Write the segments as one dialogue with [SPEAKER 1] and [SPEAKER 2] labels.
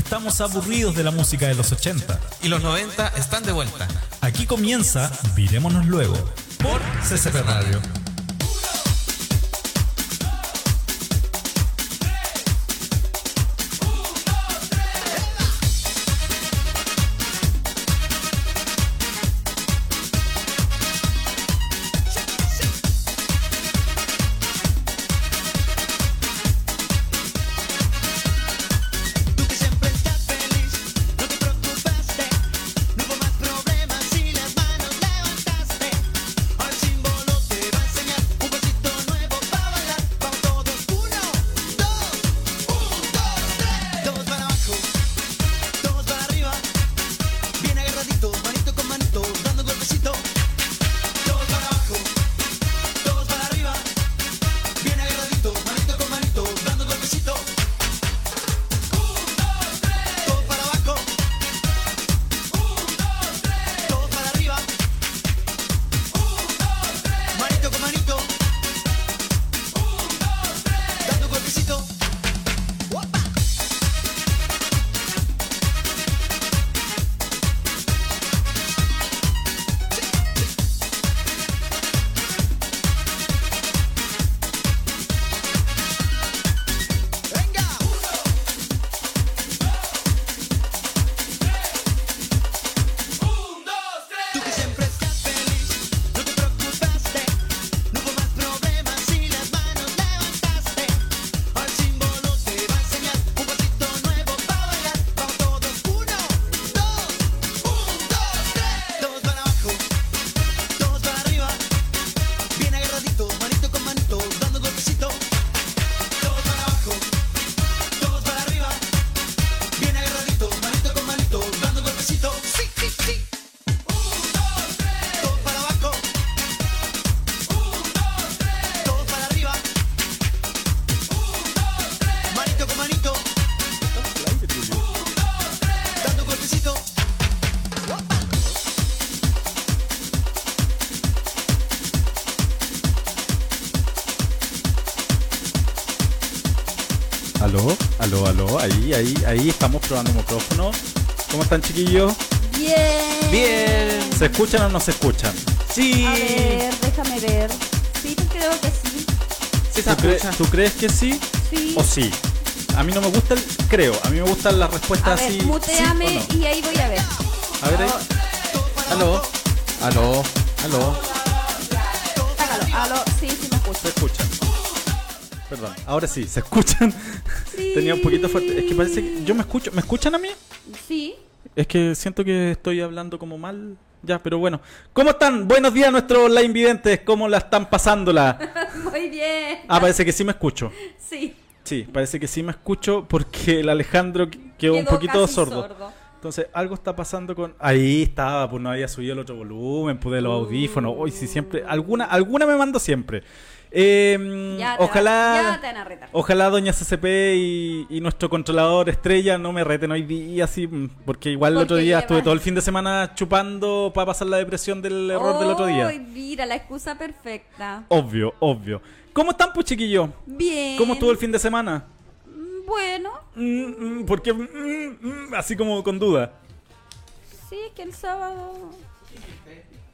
[SPEAKER 1] Estamos aburridos de la música de los 80.
[SPEAKER 2] Y los 90 están de vuelta.
[SPEAKER 1] Aquí comienza Virémonos Luego por CCP Radio.
[SPEAKER 3] Tú que siempre estás feliz, no te preocupaste, no hubo más problemas si las manos levantaste. Al símbolo te va a enseñar un pasito nuevo para bailar. Vamos todos, uno, dos, un, dos, tres. Todos para abajo, todos para arriba, bien agarraditos, manito con manito, dando un golpecito. Todos para abajo, todos para arriba, bien agarraditos, manito con manito, dando un golpecito. Todo para abajo, todo para arriba, manito con manito, dando golpecito. Venga. Tú que siempre estás feliz, no te preocupaste, no hubo más problemas si las manos levantaste. Al símbolo te va a enseñar un pasito nuevo para bailar. Vamos todos, uno, dos, un, dos, tres. Todos para abajo, todos para arriba, bien agarraditos, manito con manito, dando golpecito. Todos para abajo, todos para arriba, bien agarraditos, manito con manito, dando golpecito. Sí, sí, sí. Todos para abajo, todos para arriba, manito con manito, dando golpecito.
[SPEAKER 4] Aló, aló, aló, ahí, ahí, ahí, estamos probando micrófono. ¿Cómo están chiquillos?
[SPEAKER 5] Bien.
[SPEAKER 2] Bien.
[SPEAKER 4] ¿Se escuchan o no se escuchan?
[SPEAKER 2] Sí.
[SPEAKER 5] A ver, déjame ver. Sí, pues creo que sí.
[SPEAKER 2] Sí se
[SPEAKER 4] ¿Tú, cre-
[SPEAKER 2] escucha.
[SPEAKER 4] tú crees que sí
[SPEAKER 5] Sí.
[SPEAKER 4] o sí? A mí no me gusta el creo, a mí me gustan las
[SPEAKER 5] a
[SPEAKER 4] respuestas
[SPEAKER 5] ver,
[SPEAKER 4] así.
[SPEAKER 5] muteame
[SPEAKER 4] sí o no.
[SPEAKER 5] y ahí voy a ver.
[SPEAKER 4] A ver, ahí.
[SPEAKER 2] Aló. Aló. Aló.
[SPEAKER 5] Hágalo, aló, sí, sí me
[SPEAKER 4] se
[SPEAKER 5] escucho.
[SPEAKER 4] escuchan. Perdón, ahora sí, se escuchan.
[SPEAKER 5] Sí.
[SPEAKER 4] Tenía un poquito fuerte. Es que parece que yo me escucho. ¿Me escuchan a mí?
[SPEAKER 5] Sí.
[SPEAKER 4] Es que siento que estoy hablando como mal. Ya, pero bueno. ¿Cómo están? Buenos días nuestros online videntes. ¿Cómo la están pasándola?
[SPEAKER 5] Muy bien.
[SPEAKER 4] Ah, parece que sí me escucho.
[SPEAKER 5] Sí.
[SPEAKER 4] Sí, parece que sí me escucho porque el Alejandro qu- quedó, un poquito
[SPEAKER 5] casi
[SPEAKER 4] sordo. Entonces, algo está pasando con... Ahí estaba, pues no había subido el otro volumen, pude los audífonos. Hoy sí, siempre... Alguna alguna me mando siempre. Eh,
[SPEAKER 5] Ya te
[SPEAKER 4] ojalá...
[SPEAKER 5] van- ya te van a retar.
[SPEAKER 4] Ojalá doña CCP y, y nuestro controlador estrella no me reten hoy día, así, mm, porque igual el
[SPEAKER 5] Porque
[SPEAKER 4] otro día
[SPEAKER 5] lleva-
[SPEAKER 4] estuve todo el fin de semana chupando para pasar la depresión del error del otro
[SPEAKER 5] Ay,
[SPEAKER 4] día.
[SPEAKER 5] mira, la excusa perfecta.
[SPEAKER 4] Obvio, obvio. ¿Cómo están, pues, chiquillo?
[SPEAKER 5] Bien.
[SPEAKER 4] ¿Cómo estuvo el fin de semana?
[SPEAKER 5] Mm, Bueno,
[SPEAKER 4] Mm, mm, porque mm, mm, así como con duda.
[SPEAKER 5] sí, que el sábado.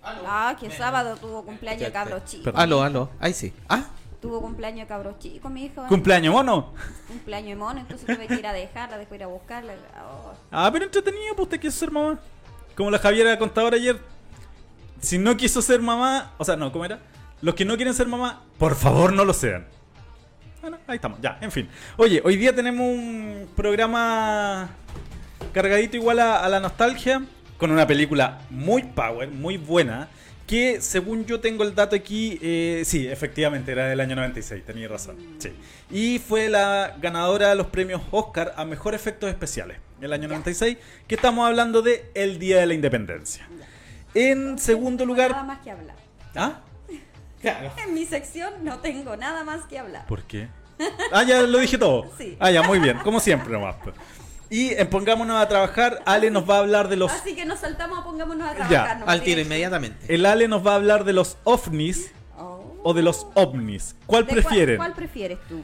[SPEAKER 5] Ah, que el sábado tuvo cumpleaños de cabros chicos.
[SPEAKER 4] Perdón.
[SPEAKER 2] Aló, aló. Ahí sí. Ah.
[SPEAKER 5] Tuvo cumpleaños de cabros chicos, mi hijo.
[SPEAKER 4] ¿Cumpleaños mono?
[SPEAKER 5] cumpleaños de mono, entonces tuve que ir a dejarla, después ir a buscarla. Oh,
[SPEAKER 4] Ah, pero entretenido, pues usted quiso ser mamá. Como la Javiera contadora ayer. Si no quiso ser mamá, o sea, no, ¿cómo era? Los que no quieren ser mamá, por favor no lo sean. Bueno, Ah, ahí estamos, ya, en fin. Oye, hoy día tenemos un programa cargadito igual a, a la nostalgia, con una película muy power, muy buena, que según yo tengo el dato aquí, eh, sí, efectivamente, era del año 96, tenía razón. Sí. Y fue la ganadora de los premios Oscar a Mejor Efectos Especiales, el año 96, que estamos hablando de El Día de la Independencia. En segundo
[SPEAKER 5] no tengo Nada
[SPEAKER 4] lugar...
[SPEAKER 5] más que hablar.
[SPEAKER 4] ¿Ah? Claro.
[SPEAKER 5] En mi sección no tengo nada más que hablar.
[SPEAKER 4] ¿Por qué? Ah, ya lo dije todo.
[SPEAKER 5] Sí.
[SPEAKER 4] Ah, ya, muy bien. Como siempre nomás. pues. Y en Pongámonos a Trabajar, Ale nos va a hablar de los...
[SPEAKER 5] Así que nos saltamos a pongámonos a
[SPEAKER 4] Ya,
[SPEAKER 5] trabajar. ¿no?
[SPEAKER 2] Al tiro
[SPEAKER 5] Sí.
[SPEAKER 2] inmediatamente.
[SPEAKER 4] El Ale nos va a hablar de los ovnis
[SPEAKER 5] Oh.
[SPEAKER 4] o de los ovnis. ¿Cuál
[SPEAKER 5] ¿De
[SPEAKER 4] prefieren?
[SPEAKER 5] ¿Cuál prefieres tú?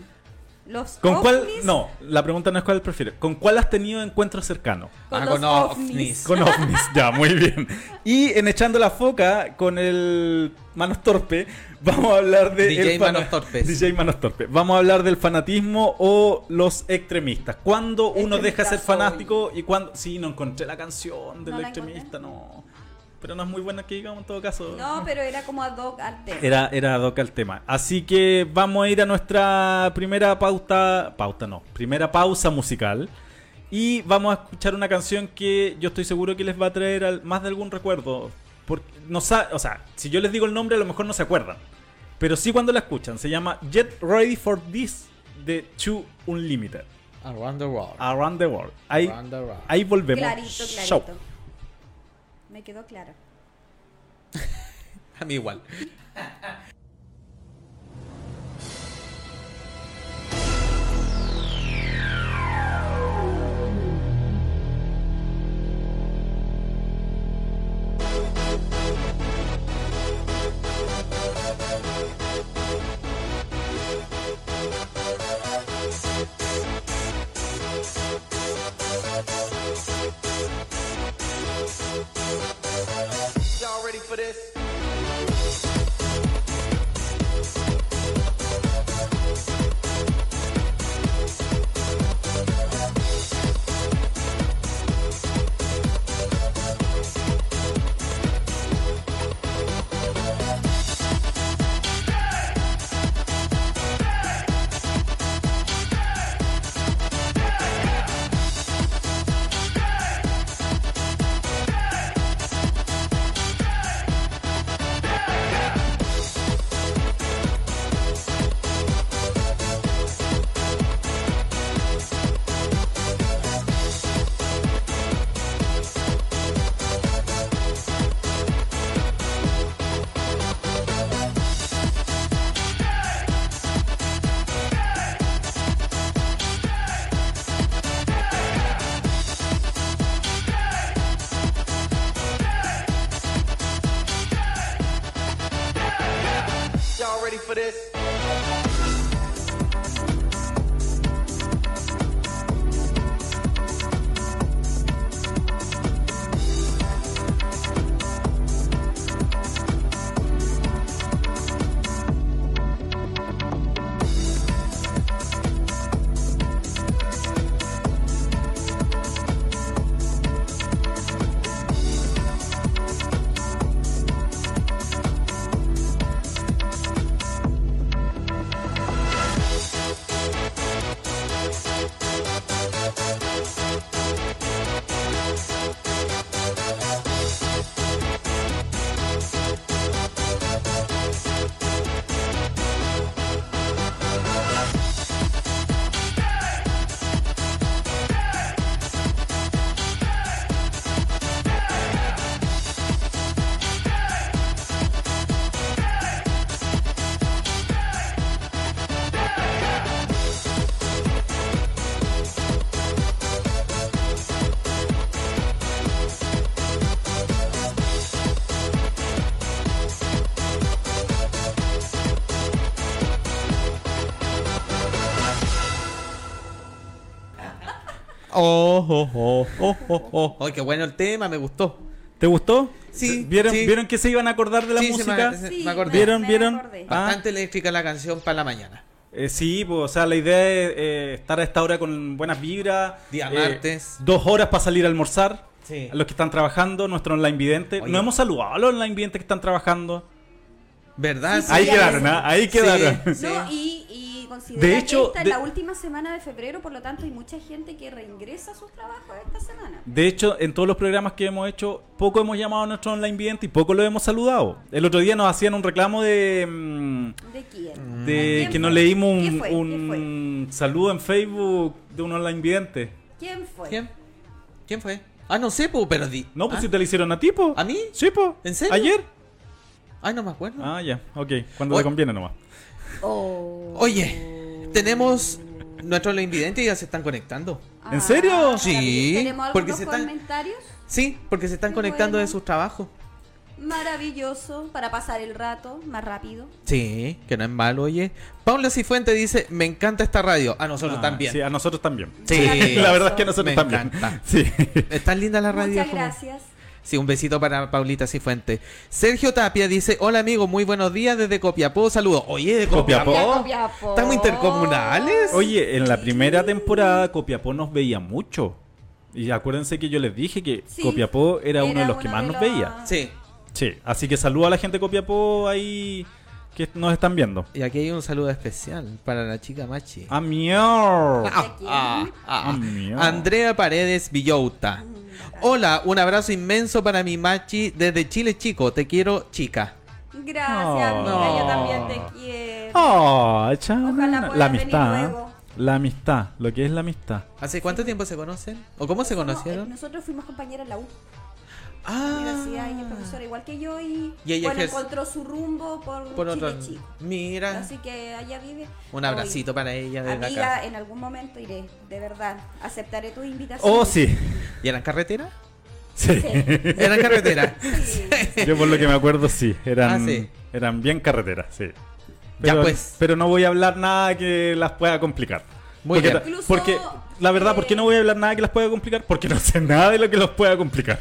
[SPEAKER 5] Los
[SPEAKER 4] ¿Con cuál?
[SPEAKER 5] ovnis
[SPEAKER 4] No, la pregunta no es cuál prefieres. ¿Con cuál has tenido encuentro cercano?
[SPEAKER 5] Con
[SPEAKER 2] Ah,
[SPEAKER 5] los
[SPEAKER 2] con ovnis.
[SPEAKER 5] ovnis.
[SPEAKER 4] Con ovnis, ya, muy bien. Y en Echando la Foca, con el Manos Torpe, vamos a hablar de.
[SPEAKER 2] DJ
[SPEAKER 4] el fana-
[SPEAKER 2] Manos Torpes.
[SPEAKER 4] DJ Manos Torpe. Vamos a hablar del fanatismo o los extremistas. ¿Cuándo uno
[SPEAKER 5] Extremista
[SPEAKER 4] deja ser
[SPEAKER 5] soy.
[SPEAKER 4] fanático y cuándo.? Sí, no encontré la canción del
[SPEAKER 5] ¿No la
[SPEAKER 4] extremista, no. Pero no es muy buena que digamos en todo caso.
[SPEAKER 5] No, pero era como ad hoc al tema.
[SPEAKER 4] Era, era ad hoc al tema. Así que vamos a ir a nuestra primera pauta. Pauta no, primera pausa musical. Y vamos a escuchar una canción que yo estoy seguro que les va a traer al- más de algún recuerdo. Porque no sa- o sea, si yo les digo el nombre, a lo mejor no se acuerdan. Pero sí cuando la escuchan. Se llama Get Ready for This de Two Unlimited.
[SPEAKER 2] Around the world.
[SPEAKER 4] Around the World. Ahí,
[SPEAKER 2] Around the world.
[SPEAKER 4] ahí volvemos.
[SPEAKER 5] Clarito,
[SPEAKER 4] Chau.
[SPEAKER 5] clarito. Me quedó claro.
[SPEAKER 2] A mí igual.
[SPEAKER 3] Y'all ready for this? Y'all ready for this?
[SPEAKER 2] Oh, oh, oh, oh, oh, oh. Oh, qué bueno el tema, me gustó.
[SPEAKER 4] ¿Te gustó?
[SPEAKER 2] Sí,
[SPEAKER 4] ¿Vieron,
[SPEAKER 2] sí.
[SPEAKER 4] ¿Vieron que se iban a acordar de la
[SPEAKER 2] Sí, se me-
[SPEAKER 4] música?
[SPEAKER 2] se- Me acordé.
[SPEAKER 4] ¿Vieron, vieron?
[SPEAKER 5] acordé.
[SPEAKER 4] Ah.
[SPEAKER 2] Bastante eléctrica la canción para la mañana.
[SPEAKER 4] Eh, sí, pues, o sea, la idea es eh, estar a esta hora con buenas vibras.
[SPEAKER 2] Día
[SPEAKER 4] eh,
[SPEAKER 2] martes.
[SPEAKER 4] Dos horas para salir a almorzar.
[SPEAKER 2] Sí.
[SPEAKER 4] A los que están trabajando, nuestro online vidente.
[SPEAKER 2] Oye.
[SPEAKER 4] No hemos saludado a los online videntes que están trabajando.
[SPEAKER 2] ¿Verdad?
[SPEAKER 5] Sí,
[SPEAKER 4] ahí
[SPEAKER 5] ya
[SPEAKER 4] quedaron,
[SPEAKER 5] les-
[SPEAKER 4] ¿ah? Ahí
[SPEAKER 2] Sí.
[SPEAKER 4] quedaron.
[SPEAKER 2] Sí.
[SPEAKER 5] No, y, y considera
[SPEAKER 4] De hecho,
[SPEAKER 5] que esta
[SPEAKER 4] de-
[SPEAKER 5] es la última semana de febrero, por lo tanto hay mucha gente que reingresa a sus trabajos esta semana.
[SPEAKER 4] De hecho, en todos los programas que hemos hecho, poco hemos llamado a nuestro online vidente y poco lo hemos saludado. El otro día nos hacían un reclamo de. mm,
[SPEAKER 5] ¿De quién?
[SPEAKER 4] de
[SPEAKER 5] Mm. ¿Quién
[SPEAKER 4] que
[SPEAKER 5] fue?
[SPEAKER 4] nos leímos
[SPEAKER 5] ¿Qué
[SPEAKER 4] un,
[SPEAKER 5] fue? ¿Qué
[SPEAKER 4] un saludo en Facebook de un online vidente.
[SPEAKER 5] ¿Quién fue?
[SPEAKER 2] ¿Quién? ¿Quién fue? Ah, no sé, po, pero di.
[SPEAKER 4] No, pues
[SPEAKER 2] ah,
[SPEAKER 4] si te lo hicieron a ti, po.
[SPEAKER 2] ¿A mí?
[SPEAKER 4] Sí, po.
[SPEAKER 2] ¿En serio?
[SPEAKER 4] ¿Ayer?
[SPEAKER 2] Ay, no me acuerdo.
[SPEAKER 4] Ah, ya, ok. Cuando
[SPEAKER 2] Oye.
[SPEAKER 4] te conviene nomás.
[SPEAKER 5] Oh.
[SPEAKER 2] Oye, tenemos nuestros los invidentes ya se están conectando.
[SPEAKER 4] ¿En serio?
[SPEAKER 5] maravilloso.
[SPEAKER 2] Sí,
[SPEAKER 5] Ah. ¿Tenemos
[SPEAKER 2] porque
[SPEAKER 5] algunos
[SPEAKER 2] se están-
[SPEAKER 5] comentarios?
[SPEAKER 2] Sí, porque se están
[SPEAKER 5] Qué
[SPEAKER 2] conectando de
[SPEAKER 5] bueno.
[SPEAKER 2] sus trabajos.
[SPEAKER 5] Maravilloso para pasar el rato más rápido.
[SPEAKER 2] Sí, que no es malo, oye. Paula Cifuente dice, me encanta esta radio. A nosotros
[SPEAKER 4] Ah,
[SPEAKER 2] también.
[SPEAKER 4] Sí, a nosotros también.
[SPEAKER 2] Sí.
[SPEAKER 4] la verdad es que a nosotros
[SPEAKER 2] Me
[SPEAKER 4] también.
[SPEAKER 2] encanta.
[SPEAKER 4] Sí.
[SPEAKER 2] Es tan linda la radio.
[SPEAKER 5] Muchas
[SPEAKER 2] como-
[SPEAKER 5] gracias.
[SPEAKER 2] Sí, un besito para Paulita Cifuente. Sergio Tapia dice, hola amigo, muy buenos días desde Copiapó. Saludos. Oye, de Copiapó.
[SPEAKER 4] Copiapó.
[SPEAKER 5] Ya, Copiapó.
[SPEAKER 2] ¿Estamos intercomunales?
[SPEAKER 4] Oye, en la primera temporada Copiapó nos veía mucho. Y acuérdense que yo les dije que
[SPEAKER 5] Sí.
[SPEAKER 4] Copiapó era, uno de los que más nos veía.
[SPEAKER 2] Sí.
[SPEAKER 4] Sí, así que saludo a la gente de Copiapó ahí que nos están viendo.
[SPEAKER 2] Y aquí hay un saludo especial para la chica Machi.
[SPEAKER 4] ¡Amior!
[SPEAKER 5] No sé quién.
[SPEAKER 2] Ah, ah.
[SPEAKER 4] Ah, mío.
[SPEAKER 2] Andrea Paredes
[SPEAKER 5] Ah,
[SPEAKER 2] Villota. Hola, un abrazo inmenso para mi Machi desde Chile, chico. Te quiero, chica.
[SPEAKER 5] Gracias,
[SPEAKER 4] No.
[SPEAKER 5] amiga, yo también te quiero.
[SPEAKER 4] ¡Oh, chao!
[SPEAKER 5] Ojalá
[SPEAKER 4] La
[SPEAKER 5] puedas venir
[SPEAKER 4] amistad. ¿eh?
[SPEAKER 5] luego.
[SPEAKER 4] La amistad, lo que es la amistad.
[SPEAKER 2] ¿Hace cuánto tiempo se conocen? ¿O cómo se
[SPEAKER 5] No, eh,
[SPEAKER 2] conocieron?
[SPEAKER 5] nosotros fuimos compañeras en la U, universidad, ella es
[SPEAKER 2] Ah,
[SPEAKER 5] profesora igual que yo y,
[SPEAKER 2] Y ella
[SPEAKER 5] bueno,
[SPEAKER 2] ejerce-
[SPEAKER 5] encontró su rumbo por,
[SPEAKER 2] por
[SPEAKER 5] Chile
[SPEAKER 2] otro.
[SPEAKER 5] chico.
[SPEAKER 2] Mira,
[SPEAKER 5] Así que allá vive.
[SPEAKER 2] un abracito para ella
[SPEAKER 5] Hoy,
[SPEAKER 2] desde
[SPEAKER 5] Amiga,
[SPEAKER 2] acá.
[SPEAKER 5] en algún momento iré, de verdad. Aceptaré tu invitación.
[SPEAKER 4] ¡Oh, sí!
[SPEAKER 2] ¿Y eran carretera?
[SPEAKER 4] Sí.
[SPEAKER 5] Sí.
[SPEAKER 2] ¿Eran carretera?
[SPEAKER 5] Sí.
[SPEAKER 4] Yo por lo que me acuerdo, sí. Eran,
[SPEAKER 2] Ah, sí.
[SPEAKER 4] eran bien carreteras, sí.
[SPEAKER 2] Ya,
[SPEAKER 4] Pero,
[SPEAKER 2] pues.
[SPEAKER 4] Pero no voy a hablar nada que las pueda complicar.
[SPEAKER 2] Muy
[SPEAKER 4] porque,
[SPEAKER 2] bien.
[SPEAKER 5] Incluso,
[SPEAKER 4] porque, la verdad,
[SPEAKER 5] eh,
[SPEAKER 4] ¿por qué no voy a hablar nada que las pueda complicar? Porque no sé nada de lo que los pueda complicar.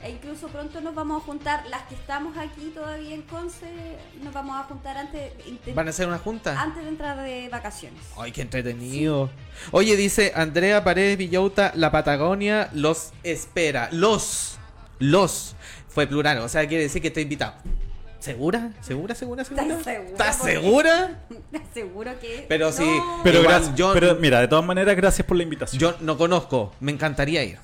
[SPEAKER 5] E incluso pronto nos vamos a juntar, las que estamos aquí todavía en Conce, nos vamos a juntar antes, inte-
[SPEAKER 2] ¿Van a hacer una junta?
[SPEAKER 5] antes de entrar de vacaciones.
[SPEAKER 2] Ay, qué entretenido. Oye, dice Andrea Paredes Villota, la Patagonia los espera. Los, los. Fue plural, o sea, quiere decir que estoy invitado. ¿Segura? ¿Segura, segura, segura?
[SPEAKER 5] ¿Estás segura?
[SPEAKER 2] ¿Estás
[SPEAKER 5] Porque-
[SPEAKER 2] segura?
[SPEAKER 5] Te aseguro que.
[SPEAKER 2] Pero sí,
[SPEAKER 5] No.
[SPEAKER 4] Pero,
[SPEAKER 2] Igual,
[SPEAKER 4] gracias,
[SPEAKER 2] yo-
[SPEAKER 4] pero mira, de todas maneras, gracias por la invitación.
[SPEAKER 2] Yo no conozco, me encantaría ir.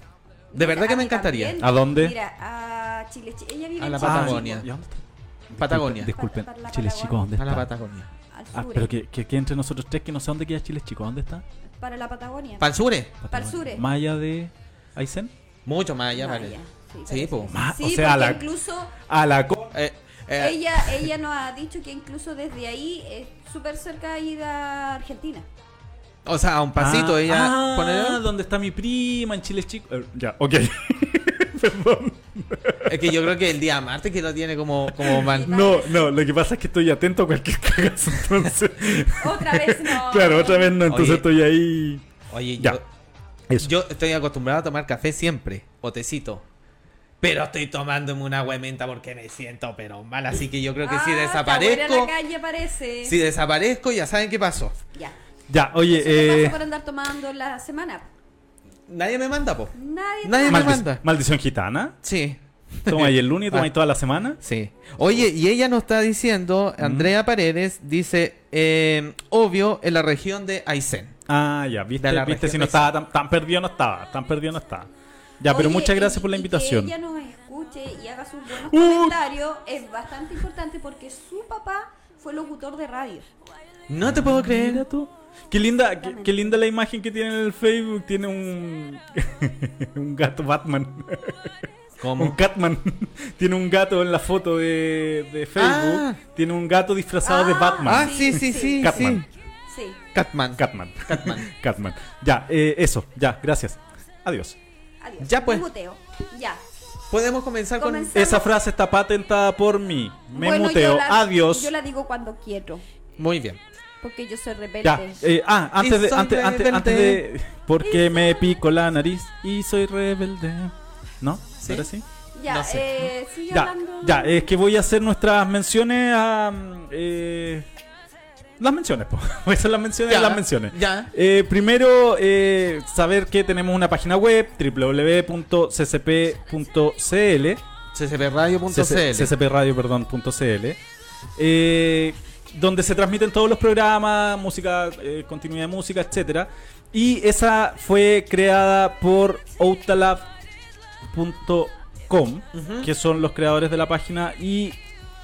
[SPEAKER 2] De
[SPEAKER 5] Mira,
[SPEAKER 2] verdad que
[SPEAKER 5] a
[SPEAKER 2] me
[SPEAKER 5] mí
[SPEAKER 2] encantaría.
[SPEAKER 5] también.
[SPEAKER 4] ¿A dónde?
[SPEAKER 5] Mira, a Chile. Chi- Ella vive
[SPEAKER 2] A la
[SPEAKER 5] en Chile,
[SPEAKER 2] Patagonia.
[SPEAKER 4] Ah, ¿Y dónde está?
[SPEAKER 2] Patagonia.
[SPEAKER 4] Disculpen,
[SPEAKER 5] Para- para la
[SPEAKER 4] Chile
[SPEAKER 5] Patagonia.
[SPEAKER 4] Chico, ¿dónde
[SPEAKER 2] A la
[SPEAKER 4] está?
[SPEAKER 2] Patagonia.
[SPEAKER 5] al
[SPEAKER 4] Ah,
[SPEAKER 5] sur,
[SPEAKER 4] pero que, que quede entre nosotros tres, que no sé dónde queda Chile Chico, ¿dónde está?
[SPEAKER 5] para la Patagonia.
[SPEAKER 2] ¿Palsure?
[SPEAKER 5] Pa'l sur. eh.
[SPEAKER 4] Maya de Aysén.
[SPEAKER 2] Mucho más allá,
[SPEAKER 5] Maya,
[SPEAKER 2] vale.
[SPEAKER 5] sí,
[SPEAKER 2] Sí,
[SPEAKER 5] parece
[SPEAKER 2] po.
[SPEAKER 5] que
[SPEAKER 4] Ma- o
[SPEAKER 5] sí,
[SPEAKER 4] sea,
[SPEAKER 5] porque
[SPEAKER 4] la-
[SPEAKER 5] incluso
[SPEAKER 4] A la co-
[SPEAKER 2] Eh, eh,
[SPEAKER 5] ella, ella nos ha dicho que incluso desde ahí es súper cerca ir a Argentina.
[SPEAKER 2] o sea, a un pasito
[SPEAKER 4] Ah,
[SPEAKER 2] ella
[SPEAKER 4] ah,
[SPEAKER 2] pone-
[SPEAKER 4] ¿dónde está mi prima en Chile Chico? Eh, ya, ok. Perdón.
[SPEAKER 2] Es que yo creo que el día martes que lo tiene como, como man-
[SPEAKER 4] No, no, lo que pasa es que estoy atento a cualquier cagazo, entonces.
[SPEAKER 5] Otra vez no.
[SPEAKER 4] claro, otra vez no, entonces
[SPEAKER 2] Oye.
[SPEAKER 4] estoy ahí.
[SPEAKER 2] Oye,
[SPEAKER 4] Ya.
[SPEAKER 2] yo,
[SPEAKER 4] Eso.
[SPEAKER 2] yo estoy acostumbrado a tomar café siempre, o tecito. Pero estoy tomándome una huementa porque me siento pero mal, así que yo creo que si
[SPEAKER 5] Ah, está buena
[SPEAKER 2] desaparezco,
[SPEAKER 5] la calle parece.
[SPEAKER 2] si desaparezco ya saben qué pasó.
[SPEAKER 5] Ya.
[SPEAKER 4] Ya, oye,
[SPEAKER 5] Eso te
[SPEAKER 4] eh.
[SPEAKER 5] pasa por andar tomando en la semana.
[SPEAKER 2] Nadie me manda, po.
[SPEAKER 5] Nadie.
[SPEAKER 2] Nadie me
[SPEAKER 4] maldi-
[SPEAKER 2] manda.
[SPEAKER 4] Maldición gitana.
[SPEAKER 2] Sí.
[SPEAKER 4] Toma ahí el lunes, toma ahí
[SPEAKER 2] Ah.
[SPEAKER 4] toda la semana.
[SPEAKER 2] Sí. Oye, y ella nos está diciendo, Andrea Paredes dice, eh, obvio, en la región de Aysén.
[SPEAKER 4] Ah, ya, viste,
[SPEAKER 2] De la
[SPEAKER 4] viste,
[SPEAKER 2] región
[SPEAKER 4] si no
[SPEAKER 2] de-
[SPEAKER 4] estaba tan, tan perdido, no estaba, tan perdido, no estaba. Ya, pero
[SPEAKER 5] Oye,
[SPEAKER 4] muchas
[SPEAKER 5] y-
[SPEAKER 4] gracias por la
[SPEAKER 5] y
[SPEAKER 4] invitación.
[SPEAKER 5] Que ella nos escuche y haga sus buenos
[SPEAKER 4] Uh.
[SPEAKER 5] comentarios es bastante importante porque su papá fue locutor de radio.
[SPEAKER 2] No te
[SPEAKER 5] Ah,
[SPEAKER 2] puedo
[SPEAKER 4] Mira
[SPEAKER 2] creer.
[SPEAKER 4] tú. Qué linda, qué, qué linda la imagen que tiene en el Facebook. Tiene un, un gato Batman. Un
[SPEAKER 2] ¿Cómo?
[SPEAKER 4] Catman. Tiene un gato en la foto de, de Facebook.
[SPEAKER 2] Ah.
[SPEAKER 4] Tiene un gato disfrazado de
[SPEAKER 5] Ah.
[SPEAKER 4] Batman.
[SPEAKER 2] Ah, sí, sí, sí.
[SPEAKER 4] Catman.
[SPEAKER 2] sí.
[SPEAKER 5] Sí.
[SPEAKER 2] Catman.
[SPEAKER 4] Catman.
[SPEAKER 2] Catman.
[SPEAKER 4] Catman. Ya, eh, eso. Ya, gracias. Adiós.
[SPEAKER 5] Adiós.
[SPEAKER 2] Ya, pues.
[SPEAKER 5] Me muteo. Ya.
[SPEAKER 2] Podemos comenzar con...
[SPEAKER 5] Comenzar.
[SPEAKER 4] Esa frase está patentada por mí. Me
[SPEAKER 5] Bueno, yo
[SPEAKER 4] muteo.
[SPEAKER 5] la-
[SPEAKER 4] Adiós.
[SPEAKER 5] Yo la digo cuando quiero.
[SPEAKER 2] Muy bien.
[SPEAKER 5] Porque yo soy rebelde.
[SPEAKER 4] Ya, eh, ah, antes
[SPEAKER 2] Y
[SPEAKER 4] de,
[SPEAKER 2] soy
[SPEAKER 4] antes, antes,
[SPEAKER 2] rebelde.
[SPEAKER 4] antes de. Porque me pico la nariz y soy rebelde. ¿No?
[SPEAKER 2] Sí.
[SPEAKER 4] ¿Ahora sí?
[SPEAKER 5] Ya,
[SPEAKER 2] no sé.
[SPEAKER 5] eh, sigue
[SPEAKER 4] Ya,
[SPEAKER 5] hablando.
[SPEAKER 4] ya, es que voy a hacer nuestras menciones a. mm, eh, las menciones, po. Voy a hacer las menciones,
[SPEAKER 2] Ya,
[SPEAKER 4] las menciones.
[SPEAKER 2] ya.
[SPEAKER 4] Eh, primero, eh, saber que tenemos una página web, www.ccp.cl.
[SPEAKER 2] ccpradio.cl.
[SPEAKER 4] CCPradio, perdón, punto CL, eh, donde se transmiten todos los programas, música, eh, continuidad de música, etcétera. Y esa fue creada por outalab.com, que son los creadores de la página y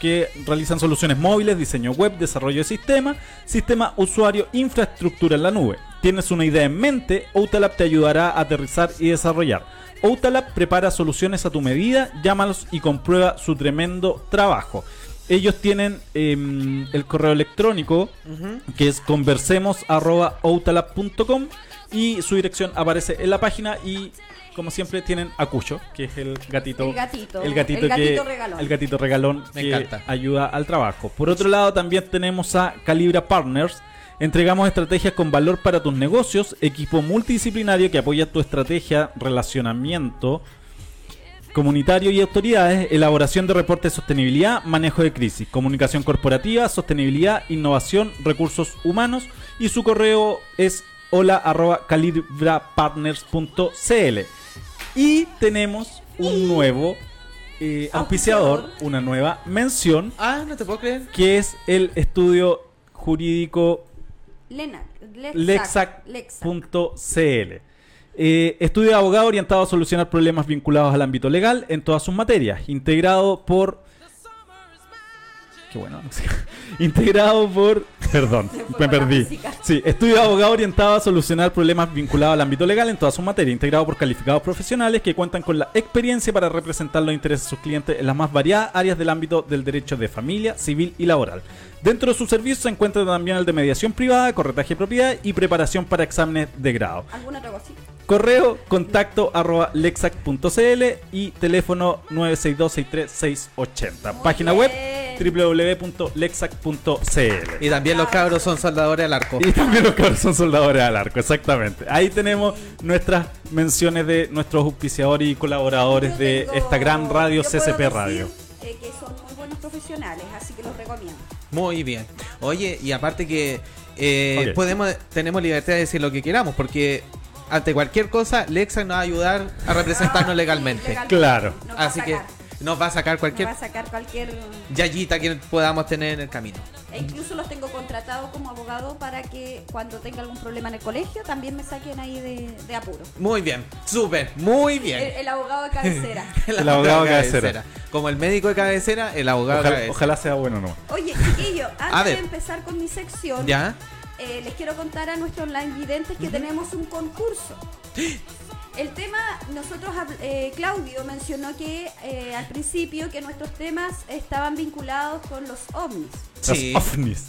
[SPEAKER 4] que realizan soluciones móviles, diseño web, desarrollo de sistema, sistema usuario, infraestructura en la nube. ¿Tienes una idea en mente? Outalab te ayudará a aterrizar y desarrollar. Outalab prepara soluciones a tu medida, llámalos y comprueba su tremendo trabajo. Ellos tienen em, el correo electrónico que es conversemos.outalab.com y su dirección aparece en la página y como siempre, tienen a Cucho, que es el gatito.
[SPEAKER 5] El gatito.
[SPEAKER 4] El gatito,
[SPEAKER 5] El gatito
[SPEAKER 4] que-
[SPEAKER 5] regalón.
[SPEAKER 4] El gatito regalón
[SPEAKER 2] Me
[SPEAKER 4] que
[SPEAKER 2] encanta.
[SPEAKER 4] ayuda al trabajo. Por otro lado, también tenemos a Calibra Partners. Entregamos estrategias con valor para tus negocios, equipo multidisciplinario que apoya tu estrategia, relacionamiento comunitario y autoridades, elaboración de reportes de sostenibilidad, manejo de crisis, comunicación corporativa, sostenibilidad, innovación, recursos humanos y su correo es hola arroba calibrapartners.cl. Y tenemos un nuevo eh, auspiciador, una nueva mención,
[SPEAKER 2] Ah, no te puedo creer.
[SPEAKER 4] que es el estudio jurídico
[SPEAKER 5] Lena. Lexac. Lexac.
[SPEAKER 4] Lexac.cl. Eh, estudio de abogado orientado a solucionar problemas vinculados al ámbito legal en todas sus materias, integrado por. Qué bueno. integrado por. Perdón,
[SPEAKER 5] Se fue
[SPEAKER 4] me
[SPEAKER 5] con la
[SPEAKER 4] perdí.
[SPEAKER 5] música.
[SPEAKER 4] Sí, estudio de abogado orientado a solucionar problemas vinculados al ámbito legal en todas sus materias, integrado por calificados profesionales que cuentan con la experiencia para representar los intereses de sus clientes en las más variadas áreas del ámbito del derecho de familia, civil y laboral. Dentro de su servicio se encuentra también el de mediación privada, corretaje de propiedad y preparación para exámenes de grado.
[SPEAKER 5] ¿Alguna otra cosita?
[SPEAKER 4] Correo contacto arroba lexac.cl y teléfono 962-63680. Página
[SPEAKER 5] Muy
[SPEAKER 4] web
[SPEAKER 5] bien.
[SPEAKER 4] www.lexac.cl.
[SPEAKER 2] Y también los cabros son soldadores al arco.
[SPEAKER 4] Y también los cabros son soldadores al arco, exactamente. Ahí tenemos nuestras menciones de nuestros auspiciadores y colaboradores
[SPEAKER 5] Yo
[SPEAKER 4] de
[SPEAKER 5] tengo-
[SPEAKER 4] esta gran radio
[SPEAKER 5] yo
[SPEAKER 4] CCP
[SPEAKER 5] puedo
[SPEAKER 4] Radio.
[SPEAKER 5] decir, eh, que son muy buenos profesionales, así que los recomiendo.
[SPEAKER 2] Muy bien. Oye, y aparte que eh,
[SPEAKER 4] Ok.
[SPEAKER 2] podemos, tenemos libertad de decir lo que queramos, porque ante cualquier cosa, Lexa nos va a ayudar a representarnos legalmente.
[SPEAKER 5] Legal-
[SPEAKER 4] Claro.
[SPEAKER 5] Nos Ah, va a
[SPEAKER 2] Así que
[SPEAKER 5] sacar,
[SPEAKER 2] nos va a sacar
[SPEAKER 5] nos
[SPEAKER 2] cualquier
[SPEAKER 5] va a sacar cualquier.
[SPEAKER 2] yayita que podamos tener en el camino.
[SPEAKER 5] e Incluso los tengo contratados como abogado para que cuando tenga algún problema en el colegio también me saquen ahí de, de apuro.
[SPEAKER 2] Muy bien, súper, muy bien.
[SPEAKER 5] El, el abogado de cabecera.
[SPEAKER 4] El abogado de cabecera.
[SPEAKER 2] Como el médico de cabecera, el abogado
[SPEAKER 4] Ojalá,
[SPEAKER 2] de cabecera.
[SPEAKER 4] ojalá sea bueno no.
[SPEAKER 5] Oye, chiquillo, antes de
[SPEAKER 2] ver.
[SPEAKER 5] empezar con mi sección,
[SPEAKER 2] ¿Ya?
[SPEAKER 5] eh, les quiero contar a nuestros online videntes que tenemos un concurso. El tema, nosotros, habl- eh, Claudio mencionó que eh, al principio que nuestros temas estaban vinculados con los ovnis.
[SPEAKER 2] Sí.
[SPEAKER 4] Las ovnis.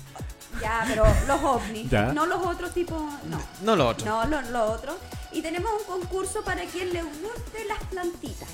[SPEAKER 5] Ya, pero los ovnis,
[SPEAKER 4] Ya.
[SPEAKER 5] no los otros tipos, no.
[SPEAKER 2] No lo otro.
[SPEAKER 5] No, lo, lo otro. Y tenemos un concurso para quien le guste las plantitas.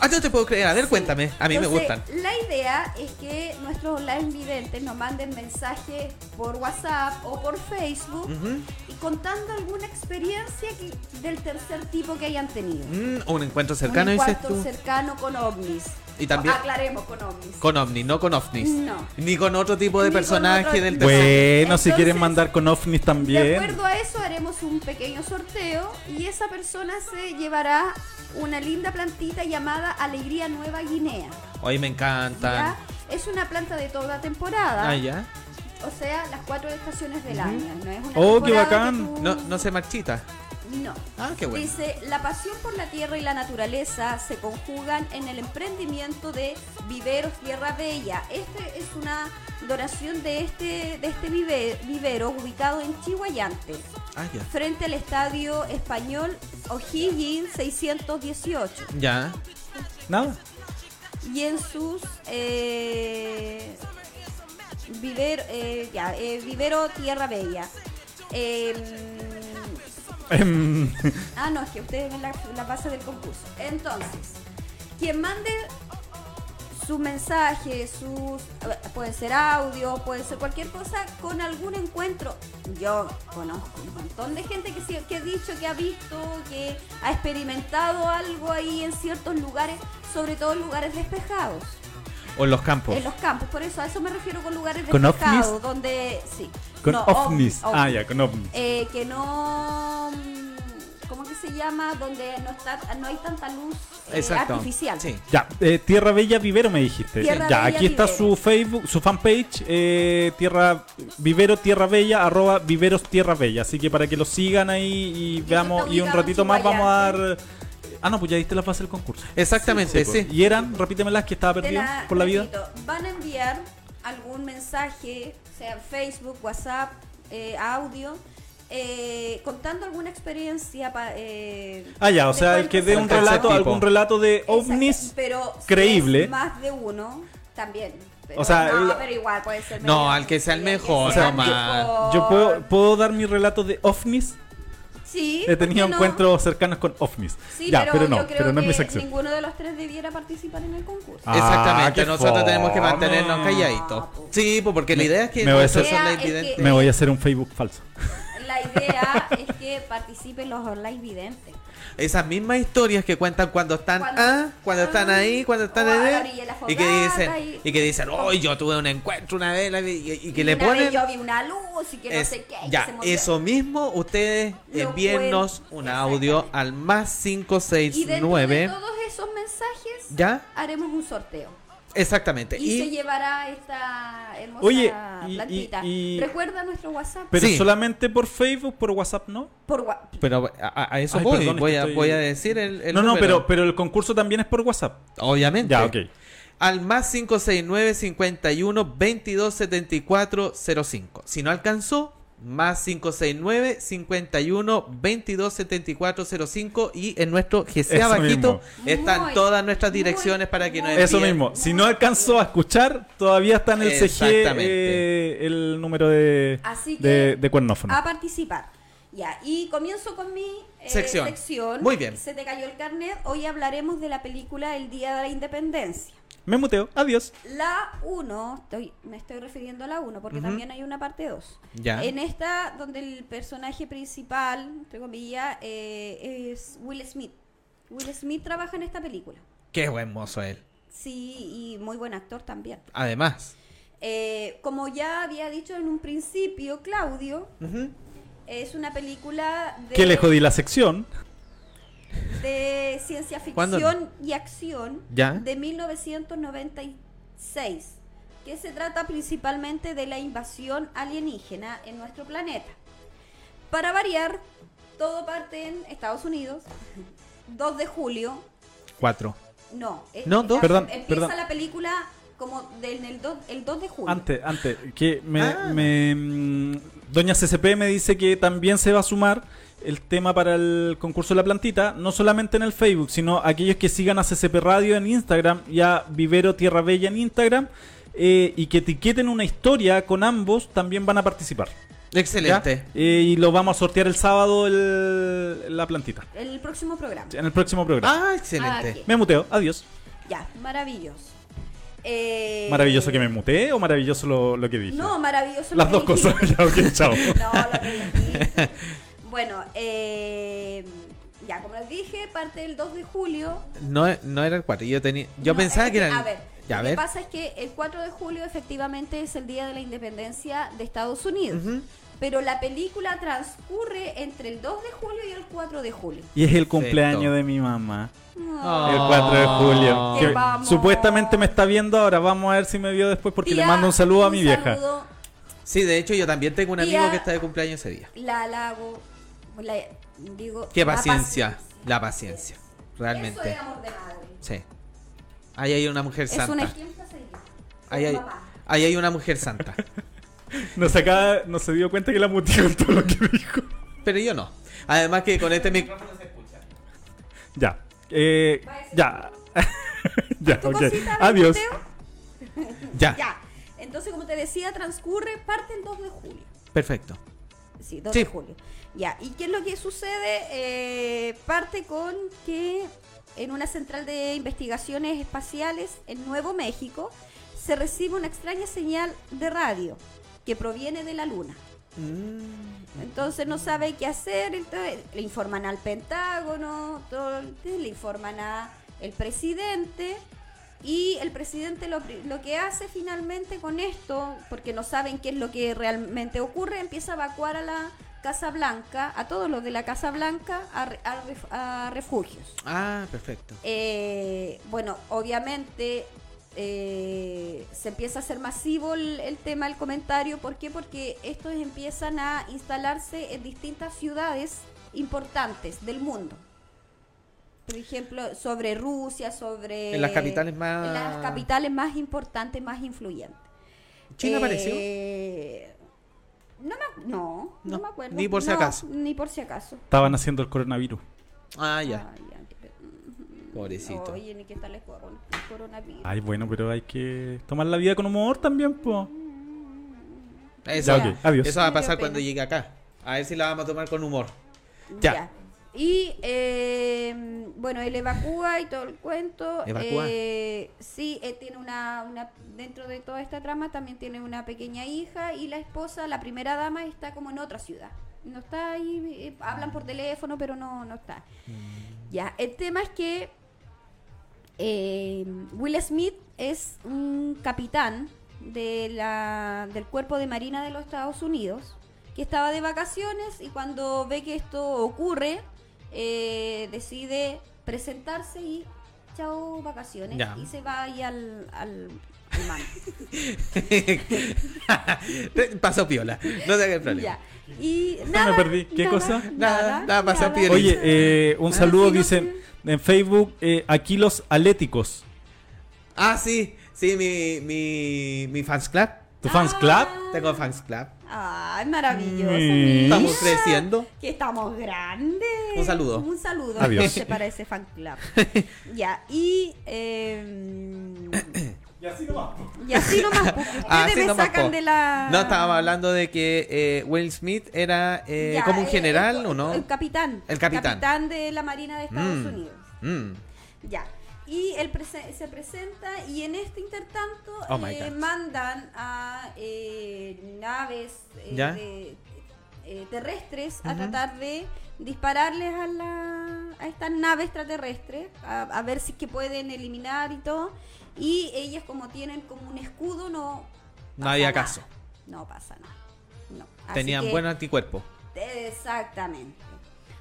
[SPEAKER 2] Ah, no te puedo creer. A ver,
[SPEAKER 5] Sí.
[SPEAKER 2] cuéntame. A mí me
[SPEAKER 5] Entonces,
[SPEAKER 2] gustan.
[SPEAKER 5] La idea es que nuestros online videntes nos manden mensajes por WhatsApp o por Facebook
[SPEAKER 2] Ujú.
[SPEAKER 5] y contando alguna experiencia que- del tercer tipo que hayan tenido.
[SPEAKER 2] Mm, un encuentro cercano,
[SPEAKER 5] un
[SPEAKER 2] dices
[SPEAKER 5] encuentro
[SPEAKER 2] tú.
[SPEAKER 5] cercano con ovnis.
[SPEAKER 2] Y también-
[SPEAKER 5] Aclaremos con ovnis.
[SPEAKER 2] Con ovni, no con ovnis.
[SPEAKER 5] No.
[SPEAKER 2] Ni con otro tipo de
[SPEAKER 5] Ni con
[SPEAKER 2] personaje
[SPEAKER 5] otro
[SPEAKER 2] del
[SPEAKER 5] tipo.
[SPEAKER 2] tercer-
[SPEAKER 4] Bueno, si
[SPEAKER 5] Entonces,
[SPEAKER 4] quieren mandar con ovnis
[SPEAKER 5] De
[SPEAKER 4] también.
[SPEAKER 5] acuerdo a eso haremos un pequeño sorteo y esa persona se llevará una linda plantita llamada Alegría Nueva Guinea.
[SPEAKER 2] Hoy me encantan.
[SPEAKER 5] ¿ya? Es una planta de toda temporada,
[SPEAKER 2] Ah, ya.
[SPEAKER 5] o sea, las cuatro estaciones del año. No es una
[SPEAKER 4] Oh, qué
[SPEAKER 5] temporada que
[SPEAKER 4] bacán.
[SPEAKER 5] tú-
[SPEAKER 2] No, no se marchita.
[SPEAKER 5] No.
[SPEAKER 2] Ah, qué bueno.
[SPEAKER 5] Dice, la pasión por la tierra y la naturaleza se conjugan en el emprendimiento de Viveros Tierra Bella. Este es una donación de este, de este vive- vivero ubicado en Chihuayante,
[SPEAKER 2] Ah, ya.
[SPEAKER 5] frente al estadio español O'Higgins 618.
[SPEAKER 2] Ya.
[SPEAKER 4] Nada.
[SPEAKER 5] Y en sus... eh, viver- eh, ya, eh, vivero Tierra Bella. Em,
[SPEAKER 4] Em,
[SPEAKER 5] Ah, no, es que ustedes ven la, la base del concurso. Entonces, quien mande su mensaje, sus eh, puede ser audio, puede ser cualquier cosa, con algún encuentro. Yo conozco un montón de gente que, sí- que ha dicho, que ha visto, que ha experimentado algo ahí en ciertos lugares, sobre todo en lugares despejados,
[SPEAKER 2] O en los campos.
[SPEAKER 5] en los campos. Por eso a eso me refiero con lugares
[SPEAKER 4] ¿Con ovnis?
[SPEAKER 5] despejados, donde sí.
[SPEAKER 4] con
[SPEAKER 5] No,
[SPEAKER 4] ovnis.
[SPEAKER 5] ovni, ovni
[SPEAKER 4] Ah, ya, con ovnis.
[SPEAKER 5] eh, que no mm, ¿cómo que se llama? donde no está no hay tanta luz eh,
[SPEAKER 2] Exacto.
[SPEAKER 5] artificial
[SPEAKER 2] Sí.
[SPEAKER 4] Ya, eh, Tierra Bella Vivero me dijiste.
[SPEAKER 5] Tierra
[SPEAKER 4] ya,
[SPEAKER 5] Bella
[SPEAKER 4] aquí está
[SPEAKER 5] Vivero.
[SPEAKER 4] su Facebook, su fanpage, eh, Tierra Vivero Tierra Bella, arroba Viveros Tierra Bella. Así que para que lo sigan ahí y veamos,
[SPEAKER 5] está
[SPEAKER 4] y un
[SPEAKER 5] ubicado en
[SPEAKER 4] ratito más vamos a dar.
[SPEAKER 5] Chihuayante.
[SPEAKER 4] Ah, no, pues ya diste la fase del concurso. pues.
[SPEAKER 2] Exactamente, sí.
[SPEAKER 4] Y eran, repítemelas, que estaba
[SPEAKER 5] Te
[SPEAKER 4] perdido
[SPEAKER 5] la
[SPEAKER 4] por la vida.
[SPEAKER 5] repito, van a enviar algún mensaje sea en Facebook WhatsApp eh, audio eh, contando alguna experiencia pa- eh,
[SPEAKER 4] Ah, ya, o
[SPEAKER 5] de
[SPEAKER 4] sea, el
[SPEAKER 5] cuántos
[SPEAKER 4] que dé un
[SPEAKER 2] tercer
[SPEAKER 4] relato,
[SPEAKER 2] tipo.
[SPEAKER 4] algún relato de
[SPEAKER 5] Exacto,
[SPEAKER 4] ovnis.
[SPEAKER 5] pero si
[SPEAKER 4] creíble.
[SPEAKER 5] es más de uno también pero,
[SPEAKER 4] O sea,
[SPEAKER 5] no,
[SPEAKER 4] el-
[SPEAKER 5] pero igual puede ser
[SPEAKER 2] No,
[SPEAKER 5] medio-
[SPEAKER 2] al que sea el
[SPEAKER 5] que
[SPEAKER 2] mejor,
[SPEAKER 5] sea
[SPEAKER 2] nomás.
[SPEAKER 5] mejor.
[SPEAKER 4] Yo puedo, puedo dar mi relato de ovnis.
[SPEAKER 5] Sí.
[SPEAKER 4] He tenido
[SPEAKER 5] ¿por qué no?
[SPEAKER 4] encuentros cercanos con ovnis.
[SPEAKER 5] Sí,
[SPEAKER 4] ya,
[SPEAKER 5] pero,
[SPEAKER 4] pero, no,
[SPEAKER 5] yo creo
[SPEAKER 4] pero no es
[SPEAKER 5] que
[SPEAKER 4] mi sección.
[SPEAKER 5] ninguno de los tres debiera participar en el concurso.
[SPEAKER 4] Ah,
[SPEAKER 2] Exactamente,
[SPEAKER 4] qué
[SPEAKER 2] nosotros tenemos que
[SPEAKER 4] fome.
[SPEAKER 2] mantenernos calladitos. Sí, pues porque la idea es que
[SPEAKER 4] me voy a
[SPEAKER 2] nosotros
[SPEAKER 4] hacer-
[SPEAKER 2] somos la
[SPEAKER 5] Idea es
[SPEAKER 2] evidente.
[SPEAKER 5] que-
[SPEAKER 4] Me voy a hacer un Facebook falso.
[SPEAKER 5] La idea es que participen los online videntes.
[SPEAKER 2] Esas mismas historias que cuentan cuando están
[SPEAKER 5] Cuando-
[SPEAKER 2] ah, cuando están
[SPEAKER 5] ah,
[SPEAKER 2] ahí, cuando están
[SPEAKER 5] o a la
[SPEAKER 2] allá,
[SPEAKER 5] orilla de la
[SPEAKER 2] y que
[SPEAKER 5] fogata
[SPEAKER 2] dicen,
[SPEAKER 5] y-
[SPEAKER 2] y que dicen, hoy yo tuve un encuentro una vez la vi", y, y que
[SPEAKER 5] Y
[SPEAKER 2] le
[SPEAKER 5] una
[SPEAKER 2] ponen.
[SPEAKER 5] vez yo vi una luz y que no
[SPEAKER 2] Es-
[SPEAKER 5] sé qué. y que
[SPEAKER 2] ya,
[SPEAKER 5] se movió.
[SPEAKER 2] eso mismo, ustedes
[SPEAKER 5] Lo
[SPEAKER 2] envíennos
[SPEAKER 5] pueden-
[SPEAKER 2] un audio
[SPEAKER 5] exactamente.
[SPEAKER 2] al más
[SPEAKER 5] Y dentro de
[SPEAKER 2] 569.
[SPEAKER 5] todos esos mensajes
[SPEAKER 2] ¿Ya?
[SPEAKER 5] haremos un sorteo.
[SPEAKER 2] Exactamente.
[SPEAKER 5] Y, se
[SPEAKER 2] Y,
[SPEAKER 5] llevará esta hermosa
[SPEAKER 4] Oye, y- y-
[SPEAKER 5] plantita.
[SPEAKER 4] y-
[SPEAKER 5] Recuerda nuestro WhatsApp.
[SPEAKER 4] Pero
[SPEAKER 2] Sí.
[SPEAKER 4] solamente por Facebook, por WhatsApp, ¿no?
[SPEAKER 5] por wa-
[SPEAKER 2] pero a, a- a eso
[SPEAKER 4] Ay,
[SPEAKER 2] voy,
[SPEAKER 4] perdón, es
[SPEAKER 2] voy,
[SPEAKER 4] que
[SPEAKER 2] a,
[SPEAKER 4] estoy-
[SPEAKER 2] voy a decir el, el
[SPEAKER 4] no, no,
[SPEAKER 2] número.
[SPEAKER 4] pero, pero el concurso también es por WhatsApp.
[SPEAKER 2] Obviamente.
[SPEAKER 4] Ya, ok.
[SPEAKER 2] Al más 569 51 22 74 05. Si no alcanzó, más 569 51 22 74 05. Y en nuestro GC
[SPEAKER 4] Eso
[SPEAKER 2] abajito
[SPEAKER 5] mismo.
[SPEAKER 2] están
[SPEAKER 5] Muy,
[SPEAKER 2] todas nuestras
[SPEAKER 5] muy,
[SPEAKER 2] direcciones para que nos
[SPEAKER 5] muy
[SPEAKER 2] envíen.
[SPEAKER 4] Eso mismo. Si no alcanzó a escuchar, todavía está en el CG
[SPEAKER 2] Exactamente.
[SPEAKER 4] eh, el número de,
[SPEAKER 5] Así que-
[SPEAKER 4] de, de cuernófono.
[SPEAKER 5] a participar. Ya, y comienzo con mi eh,
[SPEAKER 2] Sección.
[SPEAKER 5] sección.
[SPEAKER 2] Muy bien.
[SPEAKER 5] Se te cayó el carnet. Hoy hablaremos de la película El Día de la Independencia.
[SPEAKER 4] Me muteo. Adiós.
[SPEAKER 5] La 1, estoy, me estoy refiriendo a la 1 porque también hay una parte 2.
[SPEAKER 2] Ya.
[SPEAKER 5] En esta, donde el personaje principal, entre comillas, eh, es Will Smith. Will Smith trabaja en esta película.
[SPEAKER 2] Qué buen mozo él.
[SPEAKER 5] Sí, y muy buen actor también.
[SPEAKER 2] Además.
[SPEAKER 5] Eh, como ya había dicho en un principio, Claudio, es una película de...
[SPEAKER 4] Que le jodí la sección.
[SPEAKER 5] de ciencia
[SPEAKER 2] ¿Cuándo?
[SPEAKER 5] ficción y acción
[SPEAKER 2] ¿Ya?
[SPEAKER 5] de 1996, que se trata principalmente de la invasión alienígena en nuestro planeta. Para variar, todo parte en Estados Unidos, 2 de julio,
[SPEAKER 2] Cuatro.
[SPEAKER 5] no, eh,
[SPEAKER 2] No,
[SPEAKER 5] eh,
[SPEAKER 2] dos.
[SPEAKER 5] ah,
[SPEAKER 4] Perdón,
[SPEAKER 5] empieza
[SPEAKER 4] perdón.
[SPEAKER 5] la película como del el 2, el 2 de julio.
[SPEAKER 4] Antes, antes. Que me,
[SPEAKER 2] Ah.
[SPEAKER 4] me, mm, Doña CCP me dice que también se va a sumar el tema para el concurso de la plantita, no solamente en el Facebook, sino aquellos que sigan a CCP Radio en Instagram y a Vivero Tierra Bella en Instagram eh, y que etiqueten una historia con ambos, también van a participar. ¿ya?
[SPEAKER 2] Excelente.
[SPEAKER 4] Eh, y lo vamos a sortear el sábado el- la plantita,
[SPEAKER 5] El próximo programa.
[SPEAKER 4] en el próximo programa.
[SPEAKER 2] Ah, excelente.
[SPEAKER 5] Ah, ok.
[SPEAKER 4] Me muteo, adiós.
[SPEAKER 5] Ya, maravilloso. Eh,
[SPEAKER 4] Maravilloso que me muteé o maravilloso lo, lo que dije.
[SPEAKER 5] No, maravilloso.
[SPEAKER 4] Las
[SPEAKER 5] lo
[SPEAKER 4] dos
[SPEAKER 5] que
[SPEAKER 4] cosas.
[SPEAKER 5] dijiste.
[SPEAKER 4] Ya, ok, chao.
[SPEAKER 5] No, lo que dijiste. Bueno, eh, ya como les dije, parte del 2 de julio.
[SPEAKER 2] No, no era el cuatro. Yo tenía. Yo
[SPEAKER 5] No,
[SPEAKER 2] pensaba
[SPEAKER 5] es
[SPEAKER 2] que era.
[SPEAKER 5] A ver,
[SPEAKER 2] ya, a
[SPEAKER 5] lo que
[SPEAKER 2] ver.
[SPEAKER 5] pasa es que el 4 de julio efectivamente es el Día de la Independencia de Estados Unidos. Pero la película transcurre entre el 2 de julio y el 4 de julio. Ah.
[SPEAKER 4] Y es el
[SPEAKER 2] Perfecto.
[SPEAKER 4] cumpleaños de mi mamá.
[SPEAKER 2] Ah,
[SPEAKER 5] No.
[SPEAKER 4] El 4 de julio.
[SPEAKER 2] Oh.
[SPEAKER 4] Que
[SPEAKER 5] Vamos.
[SPEAKER 4] supuestamente me está viendo ahora. Vamos a ver si me vio después porque
[SPEAKER 5] Tía,
[SPEAKER 4] le mando un saludo a mi vieja.
[SPEAKER 5] saludo,
[SPEAKER 2] Sí, de hecho, yo también tengo un
[SPEAKER 5] Tía-
[SPEAKER 2] amigo que está de cumpleaños ese día.
[SPEAKER 5] la halago. la- digo,
[SPEAKER 2] Qué
[SPEAKER 5] la
[SPEAKER 2] paciencia. La paciencia. Realmente.
[SPEAKER 5] Eso es amor de madre.
[SPEAKER 2] Sí. Ahí hay una mujer
[SPEAKER 5] Es un
[SPEAKER 2] santa.
[SPEAKER 5] ejemplo a seguir.
[SPEAKER 2] Ahí hay,
[SPEAKER 5] Mamá.
[SPEAKER 2] ahí hay una mujer santa.
[SPEAKER 4] Nos acaba, no se dio cuenta que la mutió en todo lo que dijo.
[SPEAKER 2] Pero yo no. Además que con este mic-
[SPEAKER 4] Ya. Eh, ya. ya,
[SPEAKER 5] ¿Tu
[SPEAKER 4] ok.
[SPEAKER 5] cosita,
[SPEAKER 4] Adiós.
[SPEAKER 5] Mateo?
[SPEAKER 2] Ya.
[SPEAKER 5] Ya. Entonces, como te decía, transcurre parte el 2 de julio.
[SPEAKER 2] Perfecto.
[SPEAKER 5] Sí, 2
[SPEAKER 2] Sí.
[SPEAKER 5] de julio. Ya. ¿Y qué es lo que sucede? Eh, parte con que en una central de investigaciones espaciales en Nuevo México se recibe una extraña señal de radio que proviene de la luna.
[SPEAKER 2] Mm.
[SPEAKER 5] Entonces no sabe qué hacer, entonces le informan al Pentágono, todo, entonces le informan al presidente y el presidente lo, pri- lo que hace finalmente con esto, porque no saben qué es lo que realmente ocurre, empieza a evacuar a la Casa Blanca, a todos los de la Casa Blanca, a re- a ref- a refugios.
[SPEAKER 2] Ah, perfecto.
[SPEAKER 5] Eh, bueno, obviamente eh, se empieza a hacer masivo el, el tema, el comentario. ¿Por qué? Porque estos empiezan a instalarse en distintas ciudades importantes del mundo. Por ejemplo, sobre Rusia, sobre...
[SPEAKER 2] En las capitales más-
[SPEAKER 5] en las capitales más importantes, más influyentes.
[SPEAKER 2] ¿China apareció?
[SPEAKER 5] Eh, No me, no, no
[SPEAKER 2] No,
[SPEAKER 5] me acuerdo.
[SPEAKER 2] ni por si
[SPEAKER 5] No,
[SPEAKER 2] acaso.
[SPEAKER 5] Ni por si acaso.
[SPEAKER 4] Estaban haciendo el coronavirus.
[SPEAKER 2] Ah, ya.
[SPEAKER 5] Ah, ya, qué pe-
[SPEAKER 2] Pobrecito.
[SPEAKER 5] Oye, ni qué tal el corona- el coronavirus.
[SPEAKER 4] Ay, bueno, pero hay que tomar la vida con humor también, po. Ya,
[SPEAKER 2] Eso,
[SPEAKER 4] ok. Adiós.
[SPEAKER 2] eso va a
[SPEAKER 5] Me dio
[SPEAKER 2] pasar
[SPEAKER 5] pena.
[SPEAKER 2] cuando llegue acá. A ver si la vamos a tomar con humor. Ya.
[SPEAKER 5] Y eh, bueno, él evacúa y todo el cuento.
[SPEAKER 2] Evacúa.
[SPEAKER 5] Eh, sí, él tiene una, una- Dentro de toda esta trama también tiene una pequeña hija y la esposa, la primera dama, está como en otra ciudad. No está ahí, eh, hablan por teléfono, pero no, no está.
[SPEAKER 2] Mm.
[SPEAKER 5] Ya, el tema es que eh, Will Smith es un capitán de la, del cuerpo de Marina de los Estados Unidos que estaba de vacaciones y cuando ve que esto ocurre eh, decide presentarse y chao vacaciones
[SPEAKER 2] Ya.
[SPEAKER 5] y se va ahí al, al, al mar.
[SPEAKER 2] Pasó piola. No te hagas problema.
[SPEAKER 5] Ya. Y
[SPEAKER 4] Me
[SPEAKER 5] nada,
[SPEAKER 4] perdí. ¿Qué cosa?
[SPEAKER 2] Nada, nada, pasa piel.
[SPEAKER 4] Oye, eh, un
[SPEAKER 5] Ah,
[SPEAKER 4] saludo,
[SPEAKER 5] sí, no,
[SPEAKER 4] dicen en Facebook, eh, aquí los aléticos.
[SPEAKER 2] Ah, sí. Sí, mi, mi, mi fans club.
[SPEAKER 4] ¿Tu fans club?
[SPEAKER 2] Tengo fans club.
[SPEAKER 5] Ay, Ah, maravilloso.
[SPEAKER 4] Mm.
[SPEAKER 5] mira.
[SPEAKER 2] Estamos creciendo.
[SPEAKER 5] Que estamos grandes.
[SPEAKER 2] Un saludo.
[SPEAKER 5] Un saludo.
[SPEAKER 4] Adiós.
[SPEAKER 5] Se para ese fan club. ya, y. eh,
[SPEAKER 4] Y así nomás.
[SPEAKER 5] y así nomás. porque Ustedes
[SPEAKER 2] Ah, sí,
[SPEAKER 5] me
[SPEAKER 2] nomás,
[SPEAKER 5] sacan
[SPEAKER 2] po.
[SPEAKER 5] de la.
[SPEAKER 2] No, estábamos hablando de que eh, Will Smith era eh,
[SPEAKER 5] Ya,
[SPEAKER 2] como un
[SPEAKER 5] eh,
[SPEAKER 2] general,
[SPEAKER 5] el-
[SPEAKER 2] ¿o no?
[SPEAKER 5] El capitán.
[SPEAKER 2] El capitán.
[SPEAKER 5] de la Marina de Estados
[SPEAKER 2] Mm.
[SPEAKER 5] Unidos.
[SPEAKER 2] Mm.
[SPEAKER 5] Ya. Y él prese- se presenta y en este intertanto
[SPEAKER 2] Oh my
[SPEAKER 5] eh,
[SPEAKER 2] God.
[SPEAKER 5] mandan a eh, naves eh,
[SPEAKER 2] ¿Ya?
[SPEAKER 5] de- eh, terrestres a tratar de dispararles a, la, a estas naves extraterrestres, a, a ver si es que pueden eliminar y todo. Y ellas como tienen como un escudo no...
[SPEAKER 2] No
[SPEAKER 5] pasa
[SPEAKER 2] había
[SPEAKER 5] nada.
[SPEAKER 2] caso.
[SPEAKER 5] No pasa nada. No. Así
[SPEAKER 2] Tenían
[SPEAKER 5] que-
[SPEAKER 2] buen anticuerpo.
[SPEAKER 5] Exactamente.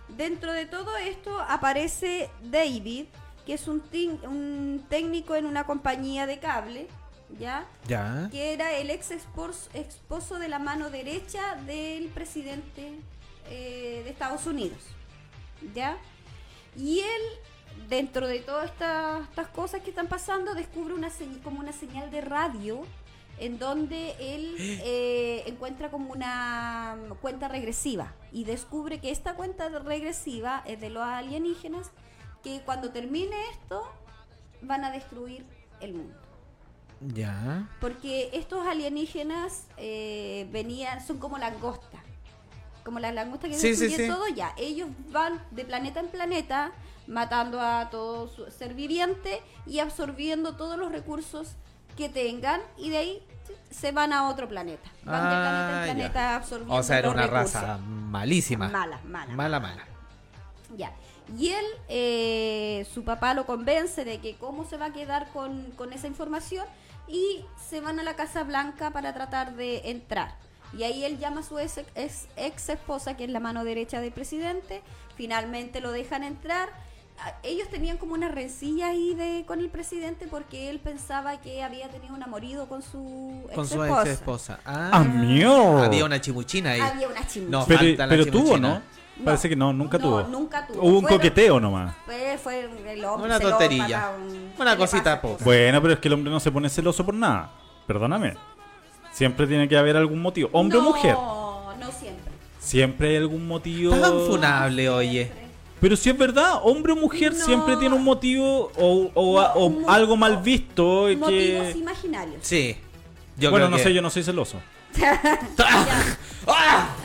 [SPEAKER 5] Dentro de todo esto aparece David, que es un, tin- un técnico en una compañía de cable, ¿ya?
[SPEAKER 2] Ya.
[SPEAKER 5] Que era el ex espos- esposo de la mano derecha del presidente eh, de Estados Unidos, ¿ya? Y él, dentro de todas estas estas cosas que están pasando, descubre una señ- como una señal de radio en donde él eh, encuentra como una mm, cuenta regresiva y descubre que esta cuenta de- regresiva es de los alienígenas que cuando termine esto van a destruir el mundo.
[SPEAKER 2] Ya.
[SPEAKER 5] Porque estos alienígenas eh, venían, son como langostas. Como las langostas que
[SPEAKER 2] Sí, sí,
[SPEAKER 5] destruyen
[SPEAKER 2] sí.
[SPEAKER 5] todo, ya. Ellos van de planeta en planeta, matando a todo su ser viviente y absorbiendo todos los recursos que tengan. Y de ahí se van a otro planeta. Van de planeta
[SPEAKER 2] Ah,
[SPEAKER 5] en
[SPEAKER 2] ya.
[SPEAKER 5] planeta absorbiendo
[SPEAKER 2] O sea, era
[SPEAKER 5] los
[SPEAKER 2] una
[SPEAKER 5] recursos.
[SPEAKER 2] raza malísima.
[SPEAKER 5] Mala, mala.
[SPEAKER 2] Mala, mala.
[SPEAKER 5] Ya. Y él, eh, su papá lo convence de que cómo se va a quedar con, con esa información y se van a la Casa Blanca para tratar de entrar. Y ahí él llama a su ex, ex- ex esposa, que es la mano derecha del presidente, finalmente lo dejan entrar. Ah, Ellos tenían como una rencilla ahí de, con el presidente porque él pensaba que había tenido un amorido con su ex
[SPEAKER 2] Con su
[SPEAKER 5] esposa.
[SPEAKER 2] ex esposa.
[SPEAKER 4] ¡Ah,
[SPEAKER 2] Ah,
[SPEAKER 4] mío!
[SPEAKER 2] había una chimuchina ahí.
[SPEAKER 5] Había una chimba.
[SPEAKER 2] No,
[SPEAKER 4] Pero,
[SPEAKER 2] falta la
[SPEAKER 4] pero tuvo,
[SPEAKER 2] chimuchina.
[SPEAKER 4] ¿no? Parece que no, nunca
[SPEAKER 5] No,
[SPEAKER 4] tuvo.
[SPEAKER 5] nunca tuvo.
[SPEAKER 4] Hubo un
[SPEAKER 5] Fueron-
[SPEAKER 4] coqueteo nomás.
[SPEAKER 5] Fue, fue el hombre
[SPEAKER 2] Una
[SPEAKER 5] celoso,
[SPEAKER 2] tonterilla.
[SPEAKER 5] para un-
[SPEAKER 2] Una
[SPEAKER 5] ¿qué le
[SPEAKER 2] cosita
[SPEAKER 5] pasa?
[SPEAKER 2] poca.
[SPEAKER 4] Bueno, pero es que el hombre no se pone celoso por nada. Perdóname. Siempre tiene que haber algún motivo. Hombre o
[SPEAKER 5] No,
[SPEAKER 4] mujer.
[SPEAKER 5] No siempre.
[SPEAKER 4] Siempre hay algún motivo.
[SPEAKER 2] Tan funable, oye.
[SPEAKER 5] Siempre.
[SPEAKER 4] Pero si es verdad, hombre o mujer
[SPEAKER 5] No.
[SPEAKER 4] siempre tiene un motivo o, o-
[SPEAKER 5] No,
[SPEAKER 4] o
[SPEAKER 5] un mo-
[SPEAKER 4] algo mal visto.
[SPEAKER 5] Motivos
[SPEAKER 4] Que...
[SPEAKER 5] imaginarios.
[SPEAKER 2] Sí. Yo
[SPEAKER 4] Bueno,
[SPEAKER 2] creo
[SPEAKER 4] no
[SPEAKER 2] que-
[SPEAKER 4] sé, yo no soy celoso.
[SPEAKER 2] ¡Ah! ¡Ah!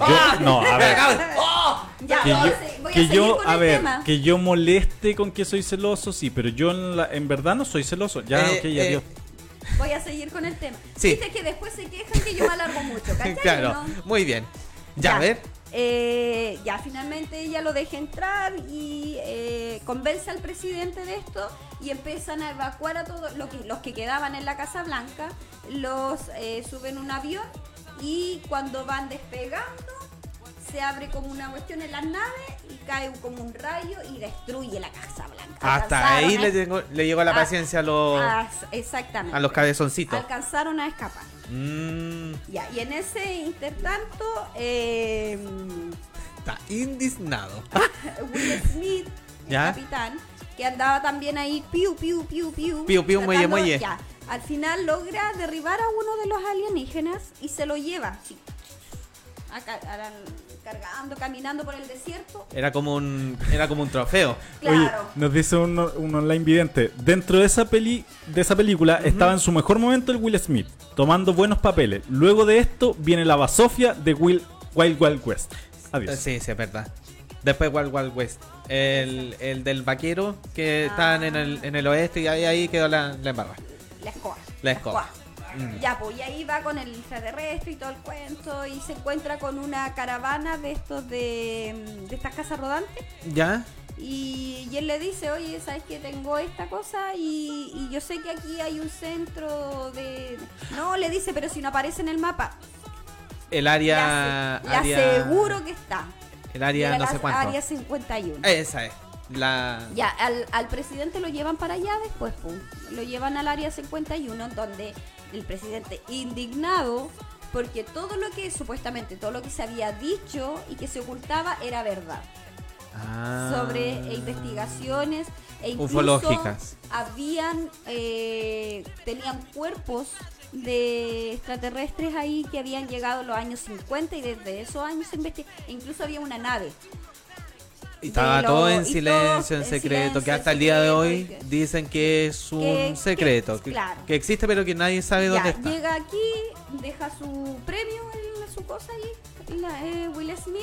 [SPEAKER 2] ¡Ah!
[SPEAKER 4] Yo- no, a ver.
[SPEAKER 2] ¡Oh!
[SPEAKER 5] Ya,
[SPEAKER 4] Que
[SPEAKER 5] voy
[SPEAKER 4] yo,
[SPEAKER 5] a se- voy a
[SPEAKER 4] que
[SPEAKER 5] seguir
[SPEAKER 4] yo-
[SPEAKER 5] con
[SPEAKER 4] a
[SPEAKER 5] el
[SPEAKER 4] ver,
[SPEAKER 5] tema.
[SPEAKER 4] que yo moleste con que soy celoso, sí, pero yo en, la- en verdad no soy celoso. Ya,
[SPEAKER 2] Eh,
[SPEAKER 4] ok,
[SPEAKER 2] eh,
[SPEAKER 4] adiós.
[SPEAKER 5] Voy a seguir con el tema.
[SPEAKER 2] Sí.
[SPEAKER 5] Viste que después se quejan que yo me alargo mucho, ¿cachai?
[SPEAKER 2] Claro,
[SPEAKER 5] ¿No?
[SPEAKER 2] muy bien. Ya, a ver.
[SPEAKER 5] eh, ya finalmente ella lo deja entrar y eh, convence al presidente de esto y empiezan a evacuar a todos los que, los que quedaban en la Casa Blanca, los eh, suben a un avión y cuando van despegando se abre como una cuestión en las naves y cae como un rayo y destruye la Casa Blanca.
[SPEAKER 2] Hasta ahí
[SPEAKER 5] Alcanzaron
[SPEAKER 2] le,
[SPEAKER 5] a-
[SPEAKER 2] llegó- le llegó la
[SPEAKER 5] Ah,
[SPEAKER 2] paciencia a los,
[SPEAKER 5] a- exactamente.
[SPEAKER 2] a los cabezoncitos.
[SPEAKER 5] Alcanzaron a escapar.
[SPEAKER 2] Mm,
[SPEAKER 5] Ya, y en ese intertanto... Eh,
[SPEAKER 2] está indignado.
[SPEAKER 5] Will Smith, el
[SPEAKER 2] ¿Ya?
[SPEAKER 5] capitán, que andaba también ahí, piu, piu, piu, piu.
[SPEAKER 2] Piu, piu, muelle,
[SPEAKER 5] tratando-
[SPEAKER 2] muelle.
[SPEAKER 5] ya. Al final logra derribar a uno de los alienígenas y se lo lleva, sí. A ca- a la- cargando, caminando por el desierto.
[SPEAKER 2] Era como un, era como un trofeo.
[SPEAKER 4] Oye,
[SPEAKER 5] Claro.
[SPEAKER 4] nos dice un, un online vidente, dentro de esa peli, de esa película estaba en su mejor momento el Will Smith, tomando buenos papeles. Luego de esto viene la basofia de Will Wild Wild West. Adiós.
[SPEAKER 2] Sí, sí, es verdad. Después Wild Wild West. El, el del vaquero
[SPEAKER 5] Ah.
[SPEAKER 2] que estaban en el, en el oeste y ahí, ahí quedó la, la embarra.
[SPEAKER 5] La escoba.
[SPEAKER 2] La escoba. Mm.
[SPEAKER 5] Ya, pues, y ahí va con el extraterrestre y todo el cuento y se encuentra con una caravana de estos de, mm, de estas casas rodantes
[SPEAKER 2] ¿Ya?
[SPEAKER 5] y, y él le dice, oye, ¿sabes que tengo esta cosa? Y, y yo sé que aquí hay un centro de... No, le dice, pero si no aparece en el mapa,
[SPEAKER 2] El
[SPEAKER 5] le,
[SPEAKER 2] área.
[SPEAKER 5] ace- le
[SPEAKER 2] área-
[SPEAKER 5] aseguro que está.
[SPEAKER 2] El área
[SPEAKER 5] Era
[SPEAKER 2] no
[SPEAKER 5] la
[SPEAKER 2] sé cuánto.
[SPEAKER 5] Área 51.
[SPEAKER 2] Esa es. La.
[SPEAKER 5] Ya, al, al presidente lo llevan para allá después, pum. lo llevan al área 51, donde el presidente indignado, porque todo lo que supuestamente, todo lo que se había dicho y que se ocultaba era verdad,
[SPEAKER 2] Ah.
[SPEAKER 5] sobre eh, investigaciones e incluso
[SPEAKER 2] Ufológicas.
[SPEAKER 5] habían, eh, tenían cuerpos de extraterrestres ahí que habían llegado en los años 50 y desde esos años se investiga, e incluso había una nave.
[SPEAKER 2] Y estaba
[SPEAKER 5] de lo-
[SPEAKER 2] todo en
[SPEAKER 5] y todo
[SPEAKER 2] silencio, en
[SPEAKER 5] en
[SPEAKER 2] secreto, que
[SPEAKER 5] silencio,
[SPEAKER 2] hasta
[SPEAKER 5] en
[SPEAKER 2] el día de
[SPEAKER 5] secreto,
[SPEAKER 2] hoy
[SPEAKER 5] y que-
[SPEAKER 2] dicen que es un
[SPEAKER 5] Que- que-
[SPEAKER 2] secreto. Que,
[SPEAKER 5] claro.
[SPEAKER 2] que existe, pero que nadie sabe
[SPEAKER 5] Ya,
[SPEAKER 2] dónde está.
[SPEAKER 5] llega aquí, deja su premio, en su cosa ahí, en la- eh, Will Smith,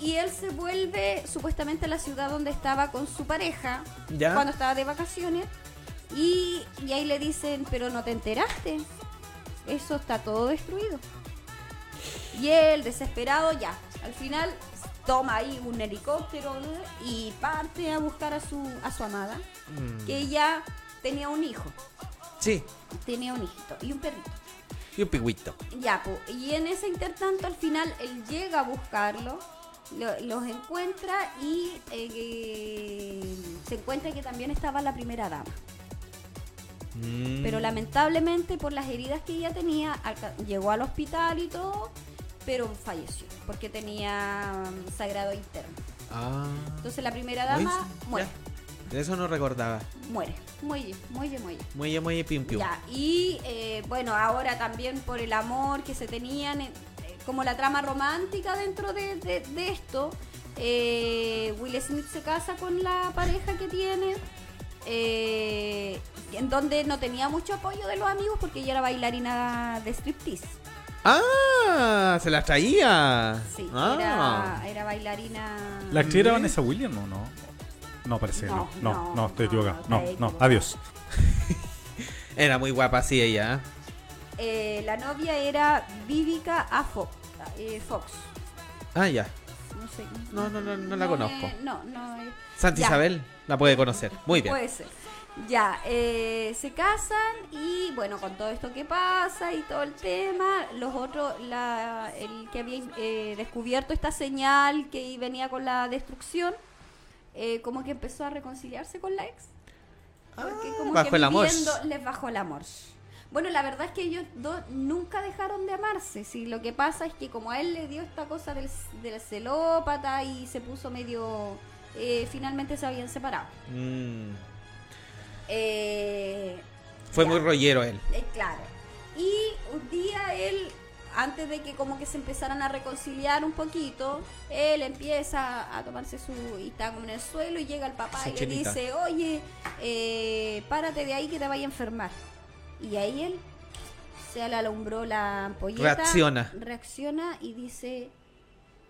[SPEAKER 5] y él se vuelve supuestamente a la ciudad donde estaba con su pareja,
[SPEAKER 2] Ya.
[SPEAKER 5] cuando estaba de vacaciones, y, y ahí le dicen, pero no te enteraste, eso está todo destruido. Y él, desesperado, ya, al final toma ahí un helicóptero y parte a buscar a su, a su amada,
[SPEAKER 2] Mm.
[SPEAKER 5] que ella tenía un hijo,
[SPEAKER 2] Sí,
[SPEAKER 5] tenía un hijito y un perrito.
[SPEAKER 2] y un pigüito.
[SPEAKER 5] Ya, po. y en ese intertanto al final él llega a buscarlo, lo- los encuentra y eh, eh, se encuentra que también estaba la primera dama.
[SPEAKER 2] Mm.
[SPEAKER 5] Pero lamentablemente por las heridas que ella tenía, alca- llegó al hospital y todo, pero falleció porque tenía mm, sagrado interno.
[SPEAKER 2] Ah.
[SPEAKER 5] Entonces la primera
[SPEAKER 2] Uy,
[SPEAKER 5] dama
[SPEAKER 2] sí,
[SPEAKER 5] muere,
[SPEAKER 2] ya. De eso no recordaba.
[SPEAKER 5] muere, muelle, muelle, muelle.
[SPEAKER 2] Muelle, muelle, pium, pium.
[SPEAKER 5] Ya, y eh, bueno, ahora también por el amor que se tenían, eh, eh, como la trama romántica dentro de, de- de esto, eh, Will Smith se casa con la pareja que tiene, eh, en donde no tenía mucho apoyo de los amigos porque ella era bailarina de striptease.
[SPEAKER 2] ¡Ah! Se las traía.
[SPEAKER 5] Sí,
[SPEAKER 2] ah.
[SPEAKER 5] era, era bailarina...
[SPEAKER 4] ¿La actriz era Vanessa Williams o no? No, parece. que No, no, no, estoy equivocado.
[SPEAKER 5] está
[SPEAKER 4] No, no,
[SPEAKER 5] equivocado.
[SPEAKER 4] adiós.
[SPEAKER 2] Era muy guapa, sí, ella.
[SPEAKER 5] Eh, la novia era Vivica A. Fo- eh, Fox.
[SPEAKER 2] Ah, ya.
[SPEAKER 5] No sé.
[SPEAKER 2] No, no, no, no la
[SPEAKER 5] me-
[SPEAKER 2] conozco.
[SPEAKER 5] no, no. eh,
[SPEAKER 2] Santa
[SPEAKER 5] ya.
[SPEAKER 2] Isabel la puede conocer. Muy bien.
[SPEAKER 5] Puede ser. Ya, eh, se casan y bueno, con todo esto que pasa y todo el tema, los otros, la, el que había eh, descubierto esta señal que venía con la destrucción, eh, como que empezó a reconciliarse con la ex. Porque como
[SPEAKER 2] Ah, bajo
[SPEAKER 5] que
[SPEAKER 2] el amor.
[SPEAKER 5] viviendo les bajó el amor. Bueno, la verdad es que ellos dos nunca dejaron de amarse. Sí, lo que pasa es que como a él le dio esta cosa del, del celópata y se puso medio... eh, finalmente se habían separado.
[SPEAKER 2] Mm.
[SPEAKER 5] Eh,
[SPEAKER 2] Fue
[SPEAKER 5] ya,
[SPEAKER 2] muy rollero él.
[SPEAKER 5] eh, claro. Y un día él, antes de que como que se empezaran a reconciliar un poquito, él empieza a tomarse su... y está como en el suelo y llega el papá
[SPEAKER 2] Su
[SPEAKER 5] y le
[SPEAKER 2] chelita.
[SPEAKER 5] dice, oye, eh, párate de ahí que te vaya a enfermar. Y ahí él se le alumbró la ampolleta.
[SPEAKER 2] Reacciona.
[SPEAKER 5] Reacciona y dice,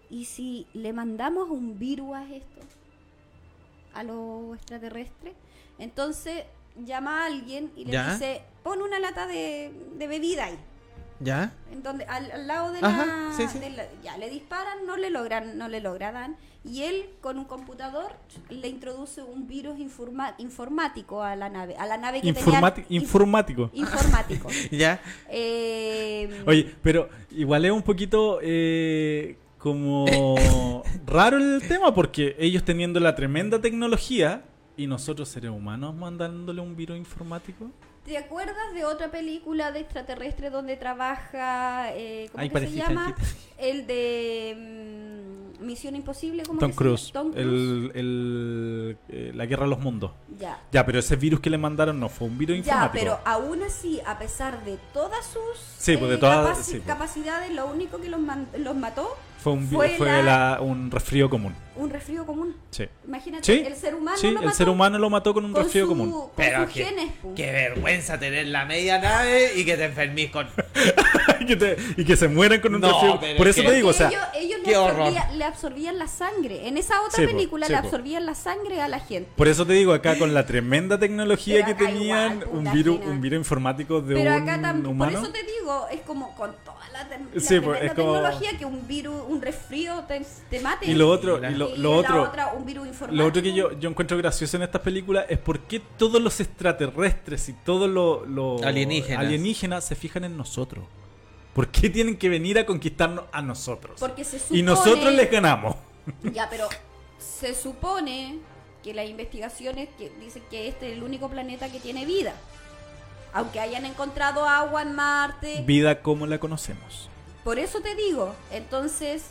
[SPEAKER 5] ¿y si le mandamos un virus a esto? A los extraterrestres. Entonces llama a alguien y le
[SPEAKER 2] ¿Ya?
[SPEAKER 5] dice, pon una lata de, de bebida ahí.
[SPEAKER 2] ¿Ya?
[SPEAKER 5] En donde, al, al lado de
[SPEAKER 2] Ajá,
[SPEAKER 5] la,
[SPEAKER 2] sí, sí.
[SPEAKER 5] de la- Ya, le disparan, no le logran, no le logran. Y él con un computador le introduce un virus informa- informático a la nave. A la nave que
[SPEAKER 4] Informati-
[SPEAKER 5] tenía.
[SPEAKER 4] informático.
[SPEAKER 5] informático.
[SPEAKER 2] ¿Ya?
[SPEAKER 5] Eh,
[SPEAKER 4] Oye, pero igual es un poquito eh, como raro el tema porque ellos teniendo la tremenda tecnología y nosotros seres humanos mandándole un virus informático.
[SPEAKER 5] ¿Te acuerdas de otra película de extraterrestre donde trabaja, eh, ¿cómo
[SPEAKER 4] Ay,
[SPEAKER 5] que se
[SPEAKER 4] parejita,
[SPEAKER 5] llama?
[SPEAKER 4] parejita.
[SPEAKER 5] El de mm, Misión Imposible, ¿cómo
[SPEAKER 4] Tom
[SPEAKER 5] que se
[SPEAKER 4] Cruise,
[SPEAKER 5] llama? Tom Cruise.
[SPEAKER 4] el- el- eh, la guerra de los mundos.
[SPEAKER 5] Ya.
[SPEAKER 4] Ya, pero ese virus que le mandaron no fue un virus
[SPEAKER 5] Ya,
[SPEAKER 4] informático.
[SPEAKER 5] pero aún así, a pesar de todas sus eh,
[SPEAKER 4] Sí, pues, de todas-
[SPEAKER 5] capaci-
[SPEAKER 4] sí, pues.
[SPEAKER 5] capacidades, lo único que los, man- los mató
[SPEAKER 4] Fue un, vi-
[SPEAKER 5] Fue
[SPEAKER 4] fue
[SPEAKER 5] la-
[SPEAKER 4] la- un resfrío común.
[SPEAKER 5] un resfrío común.
[SPEAKER 4] Sí.
[SPEAKER 5] Imagínate,
[SPEAKER 4] Sí,
[SPEAKER 5] el ser humano
[SPEAKER 4] sí,
[SPEAKER 5] lo
[SPEAKER 4] el
[SPEAKER 5] mató
[SPEAKER 4] ser humano lo mató con un
[SPEAKER 5] con
[SPEAKER 4] resfrío
[SPEAKER 5] su-
[SPEAKER 4] común.
[SPEAKER 5] con
[SPEAKER 2] Pero
[SPEAKER 5] sus
[SPEAKER 2] qué-
[SPEAKER 5] genes, pues. po.
[SPEAKER 2] Qué vergüenza tener la media nave y que te enfermís con.
[SPEAKER 4] Que te- y que se mueran con un
[SPEAKER 2] No,
[SPEAKER 4] resfrío.
[SPEAKER 2] pero
[SPEAKER 4] Por
[SPEAKER 2] es
[SPEAKER 4] eso
[SPEAKER 2] que-
[SPEAKER 4] te digo, o
[SPEAKER 5] Porque
[SPEAKER 4] sea,
[SPEAKER 5] ellos, ellos
[SPEAKER 2] qué
[SPEAKER 5] le,
[SPEAKER 2] horror.
[SPEAKER 5] absorbía- le absorbían la sangre. En esa otra
[SPEAKER 4] Sí, po,
[SPEAKER 5] película
[SPEAKER 4] sí, pues.
[SPEAKER 5] le
[SPEAKER 4] po.
[SPEAKER 5] absorbían la sangre a la gente.
[SPEAKER 4] por eso te digo acá con la tremenda tecnología
[SPEAKER 5] Pero
[SPEAKER 4] que
[SPEAKER 5] acá igual,
[SPEAKER 4] tenían
[SPEAKER 5] pues,
[SPEAKER 4] un
[SPEAKER 5] la
[SPEAKER 4] virus,
[SPEAKER 5] China.
[SPEAKER 4] un virus informático de
[SPEAKER 5] Pero
[SPEAKER 4] un
[SPEAKER 5] acá también, por
[SPEAKER 4] humano.
[SPEAKER 5] eso te digo, es como con toda la, tem- la
[SPEAKER 4] Sí, pues,
[SPEAKER 5] tremenda
[SPEAKER 4] es como-
[SPEAKER 5] tecnología que un virus, un resfrío te, te mate.
[SPEAKER 4] Y lo otro, y lo,
[SPEAKER 5] Y
[SPEAKER 4] lo
[SPEAKER 5] la
[SPEAKER 4] otro,
[SPEAKER 5] otra, un virus informático.
[SPEAKER 4] Lo otro que yo, yo encuentro gracioso en estas películas es por qué todos los extraterrestres y todos los los
[SPEAKER 2] Alienígenas.
[SPEAKER 4] alienígenas se fijan en nosotros. ¿Por qué tienen que venir a conquistarnos a nosotros?
[SPEAKER 5] Porque se supone...
[SPEAKER 4] y nosotros les ganamos.
[SPEAKER 5] Ya, pero se supone que las investigaciones que dicen que este es el único planeta que tiene vida. Aunque hayan encontrado agua en Marte.
[SPEAKER 4] Vida como la conocemos.
[SPEAKER 5] Por eso te digo, entonces,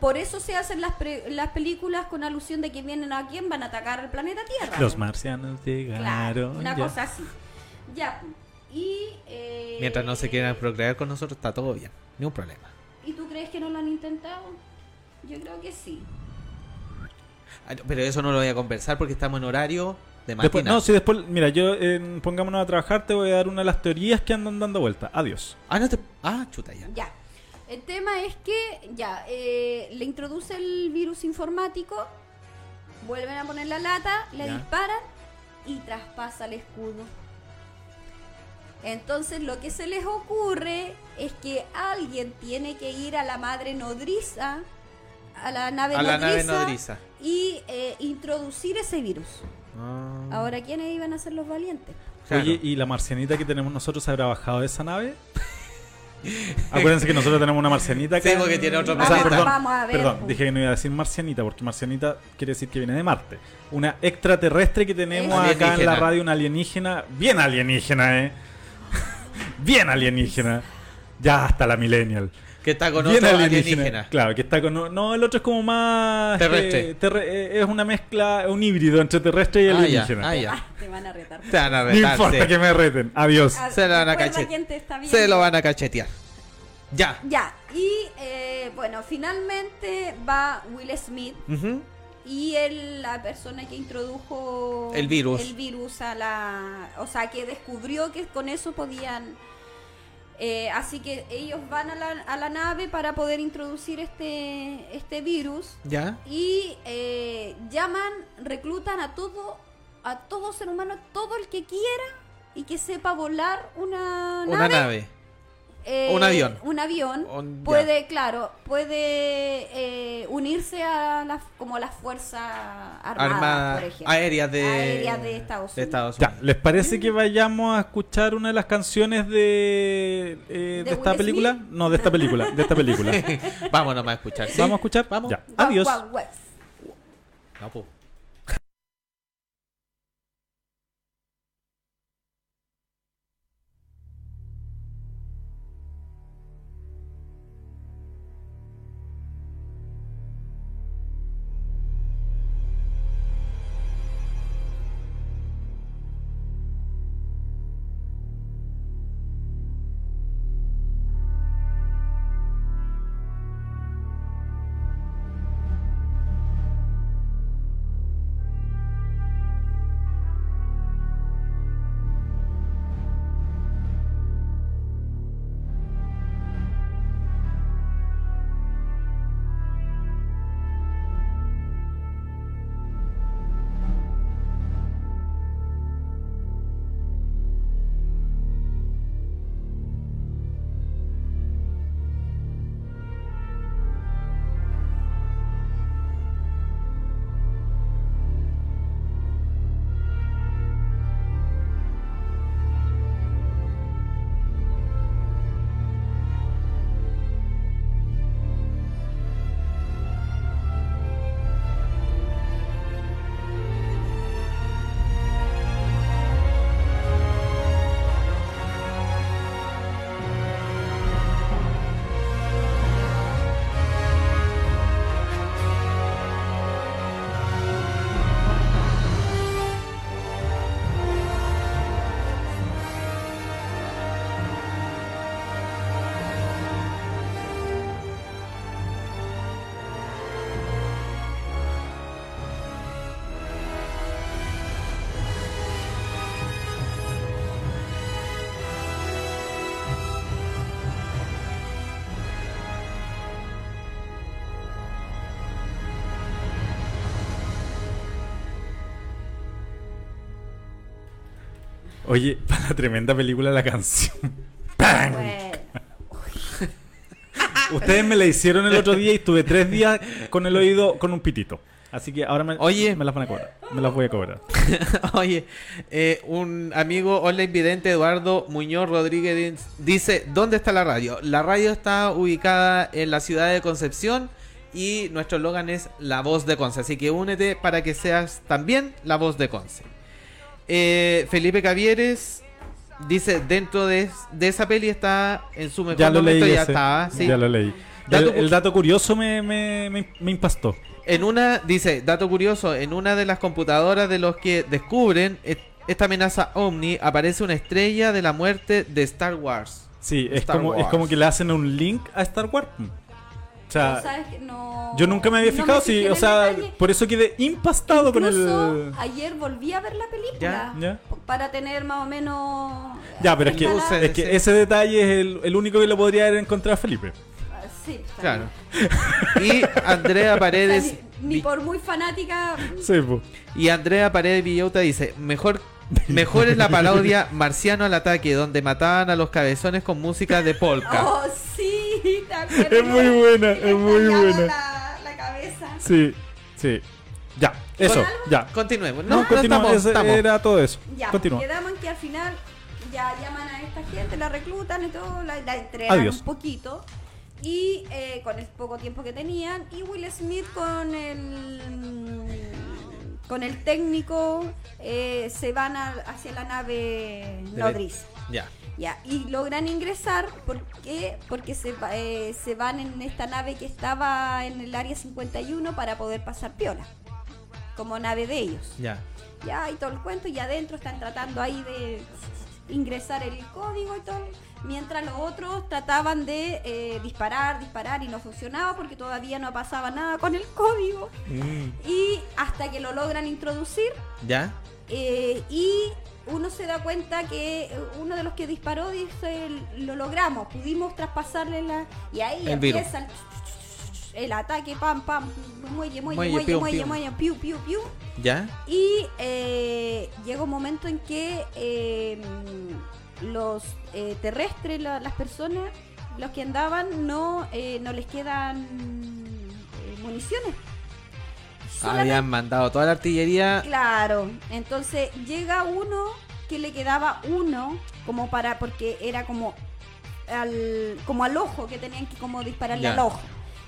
[SPEAKER 5] por eso se hacen las, pre- las películas con alusión de que vienen a quién van a atacar al planeta Tierra.
[SPEAKER 4] Los marcianos
[SPEAKER 5] Claro,
[SPEAKER 4] llegaron.
[SPEAKER 5] una
[SPEAKER 4] ya.
[SPEAKER 5] cosa así. Ya, y... eh,
[SPEAKER 2] Mientras no se quieran procrear con nosotros, está todo bien. Ni un problema.
[SPEAKER 5] ¿Y tú crees que no lo han intentado? Yo creo que sí.
[SPEAKER 2] Ah, no, Pero eso no lo voy a conversar porque estamos en horario de mañana.
[SPEAKER 4] Después, no, si después, mira, yo en pongámonos a trabajar, te voy a dar una de las teorías que andan dando vuelta. Adiós.
[SPEAKER 2] Ah, no te... ah, chuta ya.
[SPEAKER 5] Ya. El tema es que, ya, eh, le introduce el virus informático, vuelven a poner la lata, le
[SPEAKER 2] Ya.
[SPEAKER 5] disparan y traspasa el escudo. Entonces lo que se les ocurre es que alguien tiene que ir a la madre nodriza, a la nave,
[SPEAKER 2] A Ah, la
[SPEAKER 5] nodriza,
[SPEAKER 2] nave nodriza.
[SPEAKER 5] y eh, introducir ese virus.
[SPEAKER 2] Ah,
[SPEAKER 5] Ahora, ¿quiénes iban a ser los valientes?
[SPEAKER 2] claro.
[SPEAKER 4] Oye, ¿y la marcianita que tenemos nosotros habrá bajado de esa nave? Acuérdense que nosotros tenemos una marcianita
[SPEAKER 2] Sí,
[SPEAKER 4] acá en-
[SPEAKER 2] porque tiene otro
[SPEAKER 5] planeta.
[SPEAKER 4] perdón,
[SPEAKER 5] Vamos a ver,
[SPEAKER 4] perdón,
[SPEAKER 5] pues.
[SPEAKER 4] dije que no iba a decir marcianita, porque marcianita quiere decir que viene de Marte. Una extraterrestre que tenemos acá en
[SPEAKER 2] Alienígena.
[SPEAKER 4] la radio, una alienígena, bien alienígena, ¿eh? bien alienígena. Ya hasta la millennial.
[SPEAKER 2] que está con
[SPEAKER 4] Bien
[SPEAKER 2] otro alienígena. Ah,
[SPEAKER 4] Claro, que está con. No, el otro es como más.
[SPEAKER 2] Terrestre.
[SPEAKER 4] eh, terre- eh, es una mezcla, un híbrido entre terrestre y
[SPEAKER 2] Ah, ya,
[SPEAKER 4] alienígena.
[SPEAKER 2] ah, ya.
[SPEAKER 5] Te van a retar.
[SPEAKER 2] Te van a
[SPEAKER 4] No
[SPEAKER 2] retar,
[SPEAKER 4] importa
[SPEAKER 2] sí.
[SPEAKER 4] que me reten. Adiós.
[SPEAKER 5] A-
[SPEAKER 2] Se lo van a
[SPEAKER 5] recuerda
[SPEAKER 2] cachet-
[SPEAKER 5] quién te está
[SPEAKER 2] Se
[SPEAKER 5] viendo.
[SPEAKER 2] lo van a cachetear. Ya.
[SPEAKER 5] Ya, y eh, bueno, finalmente va Will Smith
[SPEAKER 2] Ujú.
[SPEAKER 5] y él, la persona que introdujo
[SPEAKER 2] El virus.
[SPEAKER 5] el virus a la... O sea, que descubrió que con eso podían... eh, así que ellos van a la, a la nave para poder introducir este, este virus
[SPEAKER 2] Ya.
[SPEAKER 5] y eh, llaman, reclutan a todo, a todo ser humano, todo el que quiera y que sepa volar una
[SPEAKER 2] Una nave.
[SPEAKER 5] eh,
[SPEAKER 2] Un avión.
[SPEAKER 5] Un avión.
[SPEAKER 2] Un- ya.
[SPEAKER 5] puede, claro, puede eh, unirse a las como a las fuerzas armadas,
[SPEAKER 2] Armada.
[SPEAKER 5] por ejemplo.
[SPEAKER 2] Aérea de.
[SPEAKER 5] Aérea de Estados
[SPEAKER 2] de Estados
[SPEAKER 4] Ya,
[SPEAKER 2] Unidos.
[SPEAKER 4] ¿les parece que vayamos a escuchar una de las canciones de, eh, de,
[SPEAKER 5] ¿De
[SPEAKER 4] esta
[SPEAKER 5] Will
[SPEAKER 4] película?
[SPEAKER 5] Smith?
[SPEAKER 4] No, de esta película, de esta película.
[SPEAKER 2] Vamos nomás a escuchar. ¿sí?
[SPEAKER 4] ¿Vamos a escuchar?
[SPEAKER 2] Vamos.
[SPEAKER 4] Ya,
[SPEAKER 5] Guau,
[SPEAKER 4] adiós.
[SPEAKER 5] guau, guau.
[SPEAKER 2] No, pues. po.
[SPEAKER 4] Oye, para la tremenda película la canción. ¡Pam!
[SPEAKER 5] Bueno, Ah,
[SPEAKER 4] Ustedes me la hicieron el otro día y estuve tres días con el oído con un pitito. Así que ahora me,
[SPEAKER 2] Oye.
[SPEAKER 4] me las van a cobrar. Me las voy a cobrar.
[SPEAKER 2] Oye, eh, un amigo online vidente, Eduardo Muñoz Rodríguez, dice, ¿dónde está la radio? La radio está ubicada en la ciudad de Concepción y nuestro Logan es La Voz de Conce. Así que únete para que seas también La Voz de Conce. Eh, Felipe Cavieres dice, dentro de, de esa peli está en su mejor
[SPEAKER 4] Ya lo
[SPEAKER 2] momento,
[SPEAKER 4] leí.
[SPEAKER 2] ya
[SPEAKER 4] ese.
[SPEAKER 2] estaba. sí.
[SPEAKER 4] Ya lo leí.
[SPEAKER 2] Dato
[SPEAKER 4] el, el dato curioso me, me, me- me impactó.
[SPEAKER 2] En una, dice, dato curioso, en una de las computadoras de los que descubren e- esta amenaza Omni aparece una estrella de la muerte de Star Wars.
[SPEAKER 4] Sí, es
[SPEAKER 2] Star
[SPEAKER 4] como, es
[SPEAKER 2] Wars.
[SPEAKER 4] como que le hacen un link a Star Wars. O sea,
[SPEAKER 5] tú sabes que no-
[SPEAKER 4] yo nunca me había
[SPEAKER 5] no
[SPEAKER 4] fijado,
[SPEAKER 5] fijé
[SPEAKER 4] sí,
[SPEAKER 5] en
[SPEAKER 4] o
[SPEAKER 5] el
[SPEAKER 4] sea,
[SPEAKER 5] detalle.
[SPEAKER 4] por eso quedé impactado con el...
[SPEAKER 5] Incluso ayer volví a ver la película
[SPEAKER 2] Ya,
[SPEAKER 4] ya.
[SPEAKER 5] para tener más o menos.
[SPEAKER 4] Ya, pero es que,
[SPEAKER 2] Incluso-
[SPEAKER 4] es que ese detalle es el, el único que lo podría haber encontrado Felipe.
[SPEAKER 5] Sí, está
[SPEAKER 2] Claro.
[SPEAKER 5] bien.
[SPEAKER 2] Y Andrea
[SPEAKER 5] O sea,
[SPEAKER 2] Paredes
[SPEAKER 5] ni, ni
[SPEAKER 2] Vi-
[SPEAKER 5] por muy fanática.
[SPEAKER 4] Sí, po.
[SPEAKER 2] y Andrea Paredes Villota dice, mejor mejor es la parodia Marciano al ataque donde mataban a los cabezones con música de polka.
[SPEAKER 5] Oh, sí, te acuerdas.
[SPEAKER 4] Es muy buena,
[SPEAKER 5] Que
[SPEAKER 4] es muy
[SPEAKER 5] estallaba
[SPEAKER 4] buena.
[SPEAKER 5] La, la cabeza.
[SPEAKER 4] Sí, sí. Ya, eso,
[SPEAKER 2] algo?
[SPEAKER 4] ya.
[SPEAKER 2] Continuemos.
[SPEAKER 4] No,
[SPEAKER 2] No, no,
[SPEAKER 4] continúa,
[SPEAKER 2] estamos,
[SPEAKER 4] ese
[SPEAKER 2] estamos.
[SPEAKER 4] era todo eso.
[SPEAKER 5] Ya,
[SPEAKER 4] Continúa.
[SPEAKER 5] quedamos en que al final ya llaman a esta gente, la reclutan y todo, la, la entrenan
[SPEAKER 4] Adiós.
[SPEAKER 5] un poquito. Y eh, con el poco tiempo que tenían, y Will Smith con el con el técnico eh, se van a- hacia la nave
[SPEAKER 2] De-
[SPEAKER 5] nodriza.
[SPEAKER 2] Ya.
[SPEAKER 5] Ya, y logran ingresar porque, porque se, va- eh, se van en esta nave que estaba en el área 51 para poder pasar piola, como nave de ellos
[SPEAKER 2] Ya.
[SPEAKER 5] ya y todo el cuento y adentro están tratando ahí de ingresar el código y todo mientras los otros trataban de eh, disparar disparar y no funcionaba porque todavía no pasaba nada con el código
[SPEAKER 4] Mm,
[SPEAKER 5] y hasta que lo logran introducir
[SPEAKER 2] Ya.
[SPEAKER 5] eh, y uno se da cuenta que eh, uno de los que disparó dice lo logramos pudimos traspasarle la y ahí
[SPEAKER 2] El virus.
[SPEAKER 5] empieza el, el ataque pam pam muelle muelle
[SPEAKER 2] Muelle,
[SPEAKER 5] muelle
[SPEAKER 2] piu,
[SPEAKER 5] muelle muelle,
[SPEAKER 2] piu.
[SPEAKER 5] piu piu piu
[SPEAKER 2] Ya.
[SPEAKER 5] y eh, llega un momento en que eh, los eh, terrestres, la- las personas, los que andaban, no, eh, no les quedan eh, municiones.
[SPEAKER 2] Habían mandado toda la artillería.
[SPEAKER 5] Claro, entonces llega uno que le quedaba uno, como para, porque era como al, como al ojo, que tenían que como dispararle
[SPEAKER 2] Ya.
[SPEAKER 5] al ojo.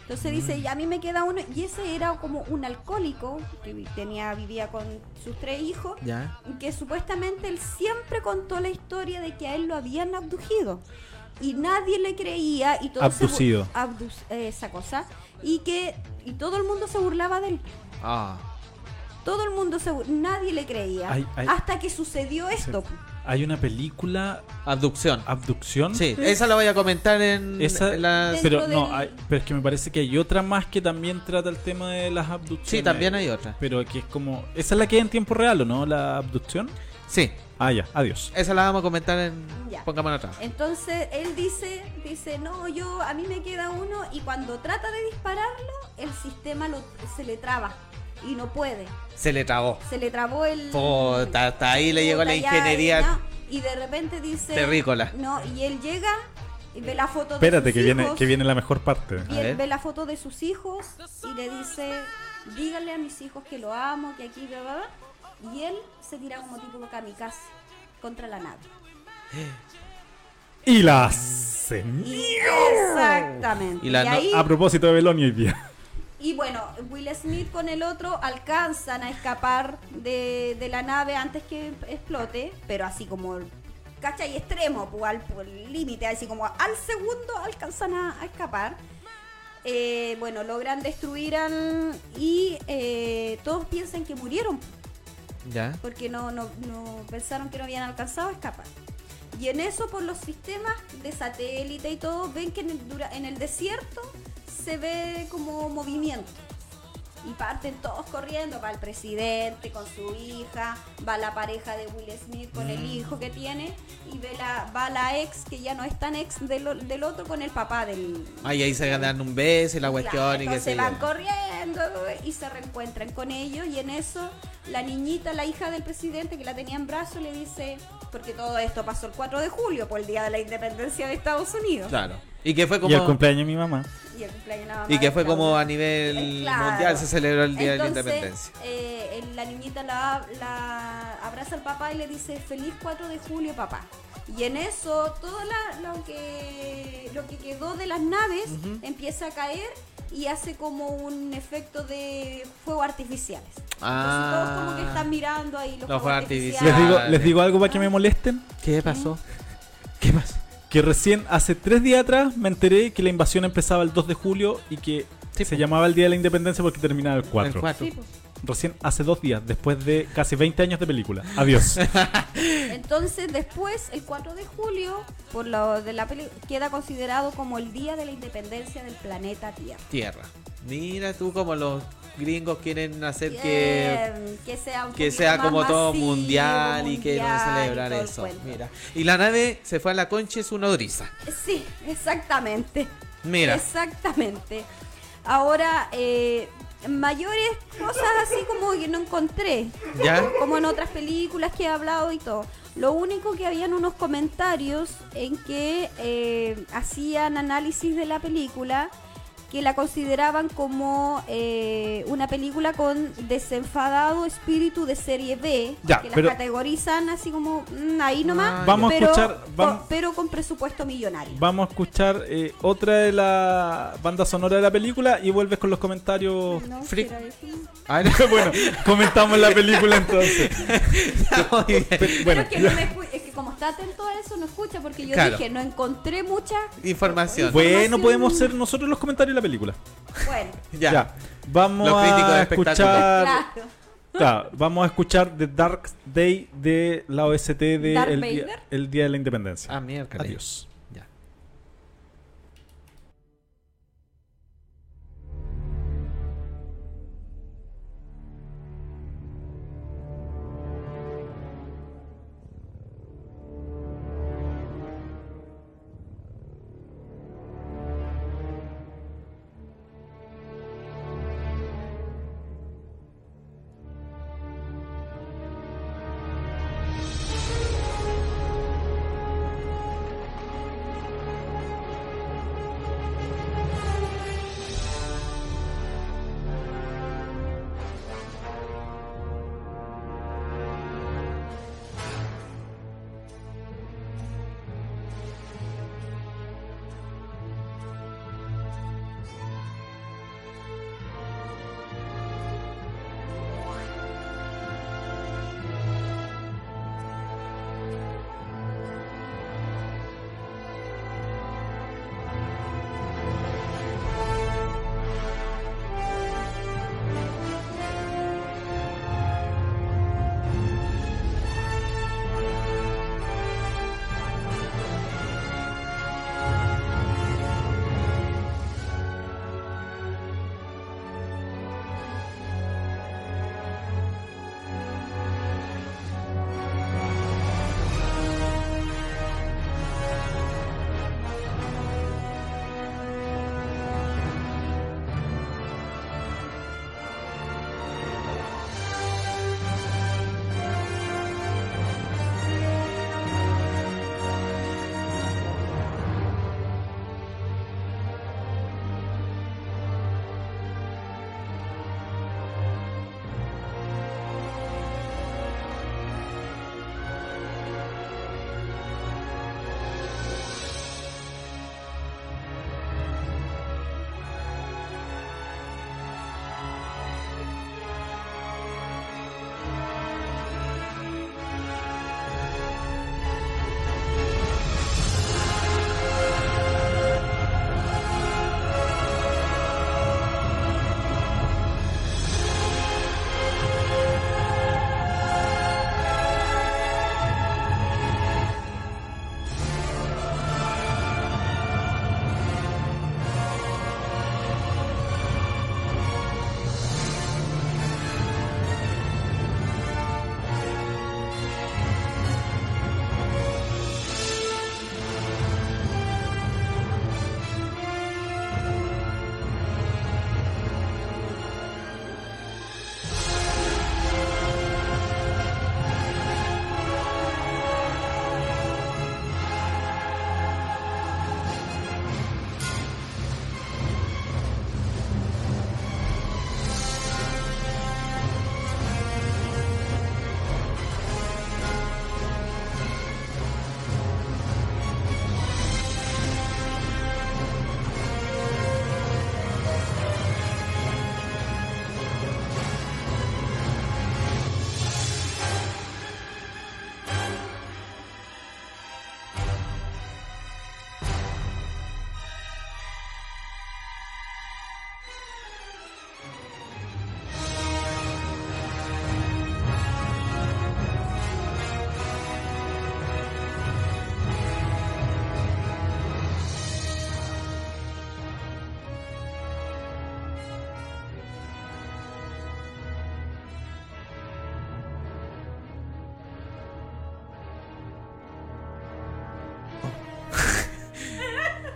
[SPEAKER 5] Entonces dice, "Y a mí me queda uno, y ese era como un alcohólico, que vi- tenía, vivía con sus tres hijos,
[SPEAKER 2] Ya.
[SPEAKER 5] que supuestamente él siempre contó la historia de que a él lo habían abducido. Y nadie le creía y todo se bu-
[SPEAKER 4] Abducido.
[SPEAKER 5] abduc- eh, esa cosa. Y que y todo el mundo se burlaba de él.
[SPEAKER 2] Ah.
[SPEAKER 5] Todo el mundo se bu- nadie le creía
[SPEAKER 4] Ay, ay.
[SPEAKER 5] hasta que sucedió esto.
[SPEAKER 4] Hay una película,
[SPEAKER 2] Abducción.
[SPEAKER 4] Abducción.
[SPEAKER 2] Sí, esa la voy a comentar en,
[SPEAKER 4] Esa-
[SPEAKER 2] en las-
[SPEAKER 5] Dentro
[SPEAKER 4] Pero no,
[SPEAKER 5] del-
[SPEAKER 4] hay- pero es que me parece que hay otra más que también trata el tema de las abducciones.
[SPEAKER 2] Sí, también hay otra.
[SPEAKER 4] Pero que es como. Esa es la que hay en tiempo real, ¿o no? La abducción.
[SPEAKER 2] Sí,
[SPEAKER 4] Ah, ya, adiós.
[SPEAKER 2] esa la vamos a comentar en...
[SPEAKER 5] Ya.
[SPEAKER 2] Pongámonos atrás.
[SPEAKER 5] Entonces él dice, dice, "No, yo a mí me queda uno" y cuando trata de dispararlo, el sistema lo- se le traba y no puede.
[SPEAKER 2] Se le trabó.
[SPEAKER 5] Se le trabó el
[SPEAKER 2] Puta, hasta ahí le llegó
[SPEAKER 5] Puta,
[SPEAKER 2] la
[SPEAKER 5] ya,
[SPEAKER 2] ingeniería
[SPEAKER 5] ya. Y de repente dice.
[SPEAKER 2] terrícola.
[SPEAKER 5] No, y él llega y ve la foto de
[SPEAKER 4] Espérate,
[SPEAKER 5] sus
[SPEAKER 4] que viene,
[SPEAKER 5] hijos,
[SPEAKER 4] que viene la mejor parte.
[SPEAKER 5] Y
[SPEAKER 2] A
[SPEAKER 5] él
[SPEAKER 2] ver.
[SPEAKER 5] ve la foto de sus hijos y le dice: Díganle a mis hijos que lo amo, que aquí, bla, bla, bla". Y él se tira como tipo kamikaze contra la nave.
[SPEAKER 4] Y la hacen.
[SPEAKER 5] Y- exactamente.
[SPEAKER 2] Y
[SPEAKER 5] Y,
[SPEAKER 2] la no-
[SPEAKER 5] ahí-
[SPEAKER 4] A propósito de Belonio hoy día.
[SPEAKER 5] y bueno, Will Smith con el otro alcanzan a escapar de, de la nave antes que explote, pero así como, ¿cachai? Extremo, pues, al pues, límite, así como al segundo alcanzan a, a escapar. Eh, bueno, logran destruir al... y eh, todos piensan que murieron
[SPEAKER 2] Ya.
[SPEAKER 5] porque no, no, no pensaron que no habían alcanzado a escapar. Y en eso, por los sistemas de satélite y todo, ven que en el, dura- en el desierto se ve como movimiento. Y parten todos corriendo, va el presidente con su hija, va la pareja de Will Smith con
[SPEAKER 2] Mm.
[SPEAKER 5] el hijo que tiene, y ve la, va la ex, que ya no es tan ex del, o- del otro, con el papá del...
[SPEAKER 2] Ahí, ahí se dan un beso y la cuestión
[SPEAKER 5] Claro,
[SPEAKER 2] y qué
[SPEAKER 5] entonces
[SPEAKER 2] sé yo.
[SPEAKER 5] van corriendo volviendo y se reencuentran con ellos y en eso la niñita, la hija del presidente que la tenía en brazos le dice, porque todo esto pasó el 4 de julio, por el Día de la Independencia de Estados Unidos.
[SPEAKER 2] Claro. Y que fue como.
[SPEAKER 4] Y el cumpleaños de mi mamá.
[SPEAKER 5] Y el cumpleaños de la mamá
[SPEAKER 2] y que
[SPEAKER 5] de
[SPEAKER 2] fue como
[SPEAKER 5] Claudio.
[SPEAKER 2] a nivel
[SPEAKER 5] Eh, claro.
[SPEAKER 2] mundial se celebró el Día de
[SPEAKER 5] Entonces,
[SPEAKER 2] la Independencia.
[SPEAKER 5] eh, el- la niñita la, la abraza al papá y le dice, feliz 4 de julio, papá. Y en eso, todo la- lo, que, lo que quedó de las naves empieza a caer y hace como un efecto de fuegos artificiales. Entonces todos como que están mirando ahí los,
[SPEAKER 2] Ah. Los
[SPEAKER 5] fuegos
[SPEAKER 2] fuegos
[SPEAKER 5] artificiales.
[SPEAKER 4] Les digo,
[SPEAKER 2] Dale.
[SPEAKER 4] les digo algo para
[SPEAKER 2] Ah.
[SPEAKER 4] que me molesten.
[SPEAKER 2] ¿Qué pasó? ¿Qué pasó?
[SPEAKER 4] Que recién, hace tres días atrás, me enteré que la invasión empezaba el 2 de julio y que se llamaba el Día de la Independencia porque terminaba el 4.
[SPEAKER 2] El cuatro.
[SPEAKER 5] Sí, pues.
[SPEAKER 4] Recién hace dos días, después de casi 20 años de película. Adiós.
[SPEAKER 5] Entonces después, el 4 de julio, por lo de la peli- queda considerado como el día de la independencia del planeta Tierra.
[SPEAKER 2] Tierra. Mira tú como los gringos quieren hacer Este, que
[SPEAKER 5] Bien, que sea, un
[SPEAKER 2] que
[SPEAKER 5] poquito
[SPEAKER 2] sea
[SPEAKER 5] más
[SPEAKER 2] como todo
[SPEAKER 5] masivo,
[SPEAKER 2] mundial y que no
[SPEAKER 5] mundial y
[SPEAKER 2] celebrar
[SPEAKER 5] todo el
[SPEAKER 2] eso.
[SPEAKER 5] cuento.
[SPEAKER 2] Mira. Y la nave se fue a la concha es una odriza.
[SPEAKER 5] Sí, exactamente.
[SPEAKER 2] Mira.
[SPEAKER 5] Exactamente. Ahora, eh, mayores cosas así como que no encontré.
[SPEAKER 2] ¿Ya?
[SPEAKER 5] Como en otras películas que he hablado y todo. Lo único que habían unos comentarios en que eh, hacían análisis de la película que la consideraban como eh, una película con desenfadado espíritu de serie B,
[SPEAKER 4] Ya,
[SPEAKER 5] que
[SPEAKER 4] pero-
[SPEAKER 5] las categorizan así como mm, ahí
[SPEAKER 2] Ah,
[SPEAKER 5] nomás,
[SPEAKER 4] Vamos a
[SPEAKER 5] pero,
[SPEAKER 4] escuchar- vamos-
[SPEAKER 5] con- pero con presupuesto millonario.
[SPEAKER 4] Vamos a escuchar eh, otra de la banda sonora de la película y vuelves con los comentarios.
[SPEAKER 5] No,
[SPEAKER 2] Fric-
[SPEAKER 5] quiero decir-
[SPEAKER 2] Ah, no.
[SPEAKER 4] bueno, comentamos la película entonces.
[SPEAKER 2] Muy bien.
[SPEAKER 4] Pero, bueno,
[SPEAKER 5] Pero es que, no me escu- es que como está atento a eso, no escucha, porque yo
[SPEAKER 2] Claro.
[SPEAKER 5] dije, no encontré mucha.
[SPEAKER 2] Información.
[SPEAKER 4] bueno, podemos ser nosotros los comentarios de la película.
[SPEAKER 5] Bueno,
[SPEAKER 2] ya.
[SPEAKER 4] Ya. Vamos
[SPEAKER 2] Los críticos de
[SPEAKER 4] a
[SPEAKER 2] espectáculo.
[SPEAKER 4] escuchar.
[SPEAKER 5] claro.
[SPEAKER 4] Claro, vamos a escuchar The Dark Day de la OST de
[SPEAKER 5] Darth
[SPEAKER 4] el
[SPEAKER 5] Vader.
[SPEAKER 4] día, El Día de la Independencia.
[SPEAKER 2] Ah, mierda.
[SPEAKER 4] Adiós.
[SPEAKER 2] Ya.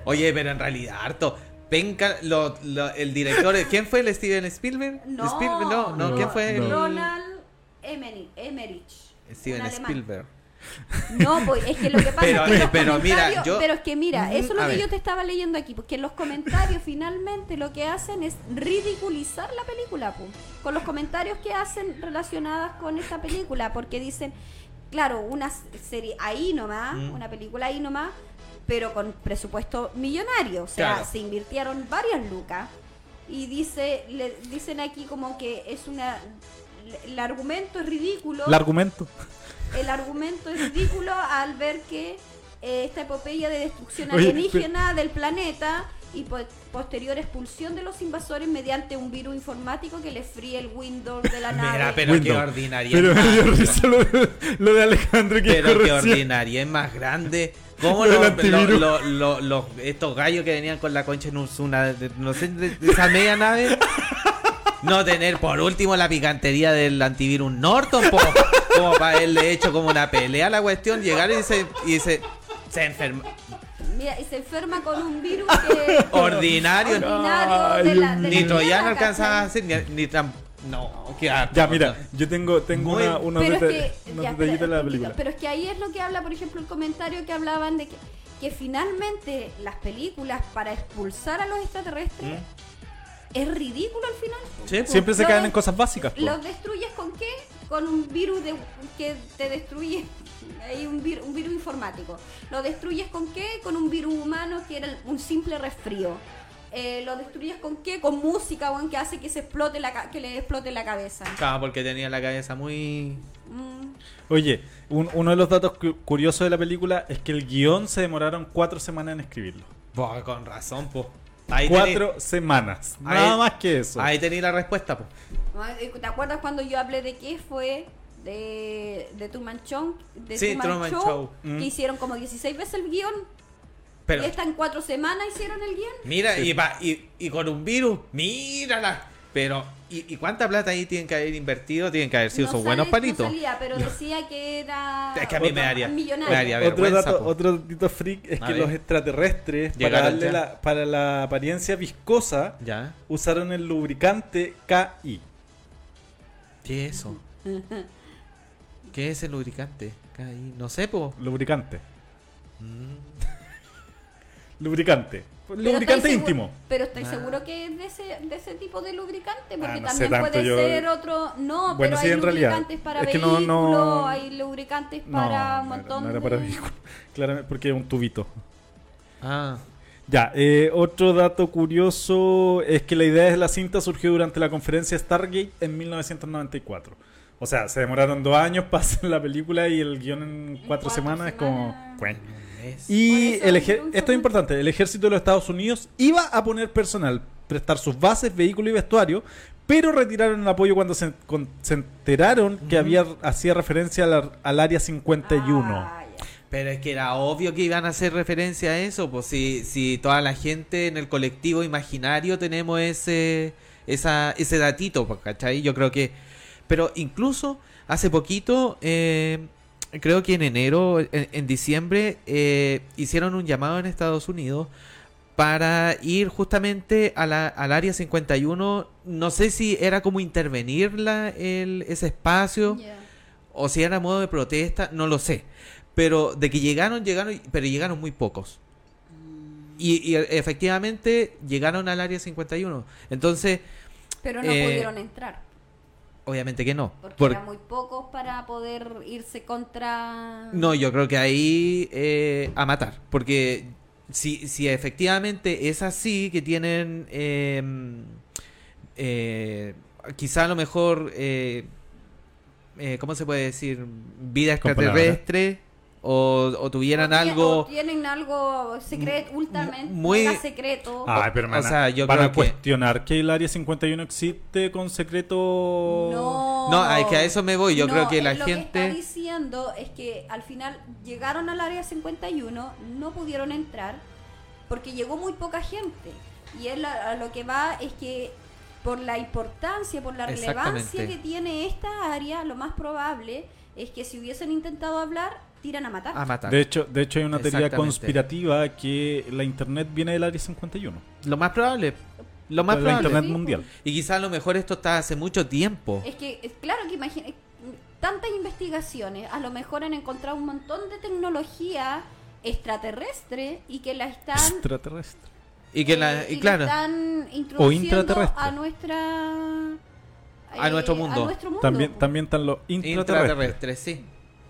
[SPEAKER 2] Oye, pero en realidad, harto. Penca, lo- lo- el director, ¿eh? ¿quién fue el Steven Spielberg?
[SPEAKER 5] No,
[SPEAKER 2] Spielberg, no, no,
[SPEAKER 4] no,
[SPEAKER 2] ¿quién fue el-
[SPEAKER 5] Ronald Emmerich. Emmerich,
[SPEAKER 2] Steven
[SPEAKER 5] un alemán.
[SPEAKER 2] Spielberg.
[SPEAKER 5] No, pues es que lo que pasa
[SPEAKER 2] Pero, eh,
[SPEAKER 5] es que los
[SPEAKER 2] pero mira,
[SPEAKER 5] comentarios-
[SPEAKER 2] yo- Mm,
[SPEAKER 5] pero es que mira, eso es
[SPEAKER 2] A
[SPEAKER 5] lo que
[SPEAKER 2] ver.
[SPEAKER 5] yo te estaba leyendo aquí, porque en los comentarios finalmente lo que hacen es ridiculizar la película, po, con los comentarios que hacen relacionadas con esta película, porque dicen, claro, una serie ahí nomás,
[SPEAKER 2] Mm.
[SPEAKER 5] una película ahí nomás, pero con presupuesto millonario, o sea,
[SPEAKER 2] Claro.
[SPEAKER 5] se invirtieron varias lucas y dice, le dicen aquí como que es una, el argumento es ridículo
[SPEAKER 4] El argumento.
[SPEAKER 5] el argumento es ridículo al ver que eh, esta epopeya de destrucción
[SPEAKER 4] Oye,
[SPEAKER 5] alienígena del planeta y po- posterior expulsión de los invasores mediante un virus informático que les fríe el Windows de la nave.
[SPEAKER 2] Mira, pero qué
[SPEAKER 4] Windows.
[SPEAKER 2] ordinaria.
[SPEAKER 4] Pero
[SPEAKER 2] es
[SPEAKER 4] me dio
[SPEAKER 2] más-
[SPEAKER 4] risa lo de, lo de Alejandro que
[SPEAKER 2] Pero qué
[SPEAKER 4] corrección.
[SPEAKER 2] ordinaria, es más grande. Como
[SPEAKER 4] Lo del
[SPEAKER 2] los, lo-
[SPEAKER 4] antivirus.
[SPEAKER 2] lo- lo- los- estos gallos que venían con la concha en un- una, de- no sé, de, de esa media nave. No tener por último la picantería del antivirus Norton, po. como para haberle hecho como una pelea a la cuestión, llegar y se, y se, se enferma.
[SPEAKER 5] Mira, y se enferma con un virus que
[SPEAKER 2] Ordinario.
[SPEAKER 5] ordinario de la, de la
[SPEAKER 2] Ni
[SPEAKER 5] tierra,
[SPEAKER 2] Troyano
[SPEAKER 5] ¿cachai?
[SPEAKER 2] alcanzaba a hacer, ni, ni tan. No, qué harto.
[SPEAKER 4] Ya, mira, yo tengo, tengo
[SPEAKER 2] Muy-
[SPEAKER 4] una, unos
[SPEAKER 5] pero es
[SPEAKER 4] deta-
[SPEAKER 5] que,
[SPEAKER 4] unos
[SPEAKER 5] ya,
[SPEAKER 4] detallitos de
[SPEAKER 5] espera,
[SPEAKER 4] la
[SPEAKER 5] un poquito,
[SPEAKER 4] película.
[SPEAKER 5] pero es que ahí es lo que habla, por ejemplo, el comentario que hablaban de que, que finalmente las películas para expulsar a los
[SPEAKER 4] ¿Mm?
[SPEAKER 5] extraterrestres es ridículo al final.
[SPEAKER 2] Sí, po.
[SPEAKER 4] Siempre se
[SPEAKER 5] Lo
[SPEAKER 4] caen
[SPEAKER 5] de-
[SPEAKER 4] en cosas básicas. po.
[SPEAKER 5] ¿Los destruyes con qué? Con un virus de- que te destruye. Hay un, vir- un virus informático. ¿Lo destruyes con qué? Con un virus humano que era un simple resfrío. Eh, ¿Lo destruyes con qué? Con música, weón, que hace que se explote la ca- que le explote la cabeza.
[SPEAKER 2] Claro, Ah, porque tenía la cabeza muy.
[SPEAKER 5] Mm.
[SPEAKER 4] Oye, un- uno de los datos cu- curiosos de la película es que el guión se demoraron cuatro semanas en escribirlo.
[SPEAKER 2] Buah, con razón, po. Ahí
[SPEAKER 4] cuatro semanas. Nada
[SPEAKER 2] Ahí-
[SPEAKER 4] más que eso.
[SPEAKER 2] Tení, ahí tení la respuesta, po.
[SPEAKER 5] eh, ¿Te acuerdas cuando yo hablé de qué fue? De, de Truman Show. De
[SPEAKER 2] Sí, Truman Show.
[SPEAKER 5] Que
[SPEAKER 4] Mm.
[SPEAKER 5] hicieron como 16 veces el guión.
[SPEAKER 2] Pero,
[SPEAKER 5] Esta en cuatro semanas hicieron el guión.
[SPEAKER 2] mira, y, va- y, y con un virus, mírala. Pero, ¿y, y cuánta plata ahí tienen que haber invertido? Tienen que haber sido
[SPEAKER 5] No
[SPEAKER 2] sus
[SPEAKER 5] sale-
[SPEAKER 2] buenos
[SPEAKER 5] no
[SPEAKER 2] palitos.
[SPEAKER 5] salía, pero decía que era.
[SPEAKER 2] Es que a mí me daría-
[SPEAKER 5] millonario.
[SPEAKER 2] me daría-
[SPEAKER 4] otro,
[SPEAKER 2] vergüenza,
[SPEAKER 4] dato,
[SPEAKER 2] po.
[SPEAKER 4] otro datito freak es
[SPEAKER 2] A
[SPEAKER 4] que
[SPEAKER 2] ver.
[SPEAKER 4] los extraterrestres, para,
[SPEAKER 2] Llegaron
[SPEAKER 4] darle
[SPEAKER 2] ya.
[SPEAKER 4] la, para la apariencia viscosa,
[SPEAKER 2] ¿Ya?
[SPEAKER 4] usaron el lubricante KI.
[SPEAKER 2] ¿Qué es eso? ¿Qué es el lubricante? Ahí, No sé, po. Mm.
[SPEAKER 4] Lubricante. lubricante.
[SPEAKER 5] Pero
[SPEAKER 4] Lubricante
[SPEAKER 5] estoy segu-
[SPEAKER 4] íntimo.
[SPEAKER 5] Pero estoy
[SPEAKER 2] Ah.
[SPEAKER 5] seguro que es de ese, de ese tipo de lubricante, porque
[SPEAKER 4] Ah, no sé
[SPEAKER 5] también
[SPEAKER 4] tanto,
[SPEAKER 5] puede
[SPEAKER 4] yo-
[SPEAKER 5] ser otro. No,
[SPEAKER 4] Bueno,
[SPEAKER 5] pero
[SPEAKER 4] sí,
[SPEAKER 5] hay
[SPEAKER 4] en realidad.
[SPEAKER 5] lubricantes para
[SPEAKER 4] Es que no-
[SPEAKER 5] vehículos,
[SPEAKER 4] no-
[SPEAKER 5] hay lubricantes para un
[SPEAKER 4] no, era-
[SPEAKER 5] montón
[SPEAKER 4] no era
[SPEAKER 5] de.
[SPEAKER 4] para vehículo. Claramente, porque es un tubito.
[SPEAKER 2] Ah,
[SPEAKER 4] Ya, eh, otro dato curioso es que la idea de la cinta surgió durante la conferencia Stargate en 1994. O sea, se demoraron dos años para hacer la película y el guión en cuatro,
[SPEAKER 5] cuatro
[SPEAKER 4] semanas es como...
[SPEAKER 5] semanas.
[SPEAKER 4] Cuen.
[SPEAKER 2] es-
[SPEAKER 4] Y
[SPEAKER 5] Por eso,
[SPEAKER 4] el ejer-
[SPEAKER 5] incluso-
[SPEAKER 4] esto es importante, el ejército de los Estados Unidos iba a poner personal, prestar sus bases, vehículo y vestuario, pero retiraron el apoyo cuando se, con- se enteraron que había hacía referencia al, al área 51.
[SPEAKER 5] Ah, ya.
[SPEAKER 2] Pero es que era obvio que iban a hacer referencia a eso, pues si, si toda la gente en el colectivo imaginario tenemos ese, esa, ese datito, pues, ¿cachai? Yo creo que... Pero incluso hace poquito, eh, creo que en enero, en, en diciembre, eh, hicieron un llamado en Estados Unidos para ir justamente a la- al área 51. No sé si era como intervenir la- el, ese espacio
[SPEAKER 5] Ya.
[SPEAKER 2] o si era modo de protesta, no lo sé. Pero de que llegaron, llegaron, y- pero llegaron muy pocos. Y, y e- efectivamente llegaron al área 51. Entonces,
[SPEAKER 5] Pero no
[SPEAKER 2] Eh,
[SPEAKER 5] pudieron entrar.
[SPEAKER 2] obviamente que no.
[SPEAKER 5] Porque
[SPEAKER 2] Por-
[SPEAKER 5] eran muy pocos para poder irse contra.
[SPEAKER 2] No, yo creo que ahí eh, a matar. Porque si, si efectivamente es así, que tienen eh, eh, quizá a lo mejor, eh, eh, ¿cómo se puede decir? Vida
[SPEAKER 4] Con palabras.
[SPEAKER 2] extraterrestre. O, o tuvieran
[SPEAKER 5] O tie-
[SPEAKER 2] algo...
[SPEAKER 5] o tienen algo secreto, ultramente
[SPEAKER 2] muy- Ah.
[SPEAKER 5] mega secreto.
[SPEAKER 4] Ay, pero
[SPEAKER 2] O
[SPEAKER 4] van a-
[SPEAKER 2] sea, yo
[SPEAKER 4] van a
[SPEAKER 2] creo que-
[SPEAKER 4] cuestionar que el área 51 existe con secreto.
[SPEAKER 5] No.
[SPEAKER 2] No, es que a eso me voy. Yo creo que la
[SPEAKER 5] eh, lo
[SPEAKER 2] gente-
[SPEAKER 5] Lo que está diciendo es que al final llegaron al área 51, no pudieron entrar porque llegó muy poca gente. Y él a, a lo que va es que por la importancia, por la relevancia
[SPEAKER 2] Exactamente.
[SPEAKER 5] que tiene esta área, lo más probable es que si hubiesen intentado hablar, tiran a matar.
[SPEAKER 2] A matar.
[SPEAKER 4] De hecho, de hecho hay una teoría
[SPEAKER 2] Exactamente.
[SPEAKER 4] conspirativa que la internet viene del Área 51.
[SPEAKER 2] Lo más probable. Lo más
[SPEAKER 4] la
[SPEAKER 2] probable.
[SPEAKER 4] internet
[SPEAKER 5] Sí, pues,
[SPEAKER 4] mundial.
[SPEAKER 2] Y quizás a lo mejor esto está hace mucho tiempo.
[SPEAKER 5] Es que, es claro que imagina tantas investigaciones, a lo mejor han encontrado un montón de tecnología extraterrestre y que la están
[SPEAKER 4] Extraterrestre.
[SPEAKER 2] Y que
[SPEAKER 5] eh,
[SPEAKER 2] la. Y
[SPEAKER 5] la
[SPEAKER 2] claro.
[SPEAKER 5] están introduciendo
[SPEAKER 4] intraterrestre.
[SPEAKER 5] a nuestra eh,
[SPEAKER 2] A nuestro mundo.
[SPEAKER 5] a nuestro mundo,
[SPEAKER 4] También,
[SPEAKER 5] po.
[SPEAKER 4] también están los intraterrestres,
[SPEAKER 2] Intraterrestre, sí.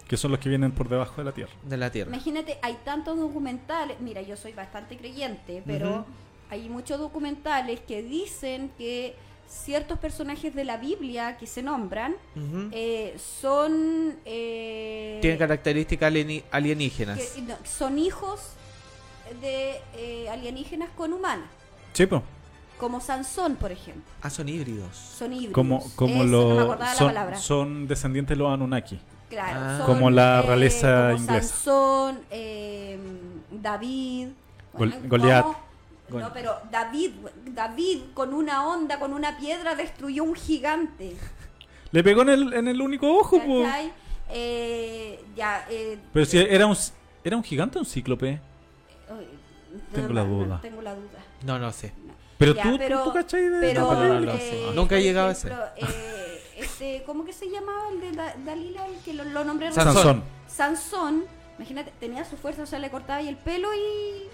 [SPEAKER 4] que son los que vienen por debajo de la Tierra.
[SPEAKER 2] De la Tierra.
[SPEAKER 5] Imagínate, hay tantos documentales. Mira, yo soy bastante creyente, pero hay muchos documentales que dicen que ciertos personajes de la Biblia que se nombran
[SPEAKER 2] Ujú.
[SPEAKER 5] eh, son eh,
[SPEAKER 2] Tienen características alieni- alienígenas.
[SPEAKER 5] que- no, son hijos de eh, alienígenas con humanos,
[SPEAKER 4] Sí, pues, po.
[SPEAKER 5] como Sansón, por ejemplo.
[SPEAKER 2] Ah, son híbridos.
[SPEAKER 5] Son híbridos.
[SPEAKER 4] Como, como
[SPEAKER 5] Eso, no me
[SPEAKER 4] lo-
[SPEAKER 5] acordaba la
[SPEAKER 4] son,
[SPEAKER 5] palabra.
[SPEAKER 4] son descendientes de los Anunnaki.
[SPEAKER 5] Claro,
[SPEAKER 2] Ah.
[SPEAKER 5] son,
[SPEAKER 4] Como la
[SPEAKER 5] eh,
[SPEAKER 4] realeza
[SPEAKER 5] como
[SPEAKER 4] inglesa.
[SPEAKER 5] Sansón, eh, David.
[SPEAKER 4] Gol-
[SPEAKER 5] bueno,
[SPEAKER 4] Goliat.
[SPEAKER 5] no,
[SPEAKER 4] Gol-
[SPEAKER 5] No, pero David, David con una onda, con una piedra destruyó un gigante.
[SPEAKER 4] Le pegó en el, en el único ojo, po.
[SPEAKER 5] ¿cachai? Eh, ya, eh,
[SPEAKER 4] Pero si era un, era un gigante o un cíclope.
[SPEAKER 5] ay,
[SPEAKER 4] Tengo la duda.
[SPEAKER 5] no tengo la duda.
[SPEAKER 2] No, no sé.
[SPEAKER 4] Pero
[SPEAKER 5] Ya,
[SPEAKER 4] tú, tú-
[SPEAKER 5] pero-
[SPEAKER 4] tú cachai de-
[SPEAKER 5] pero,
[SPEAKER 2] No, pero no lo
[SPEAKER 5] eh,
[SPEAKER 2] sé. Nunca he
[SPEAKER 5] por
[SPEAKER 2] llegado a
[SPEAKER 5] ejemplo, eh, este, ¿Cómo que se llamaba el de Da- Dalila? El que lo, lo nombré
[SPEAKER 2] Sansón.
[SPEAKER 4] Sansón.
[SPEAKER 5] Sansón, imagínate, tenía su fuerza, o sea, le cortaba ahí el pelo y...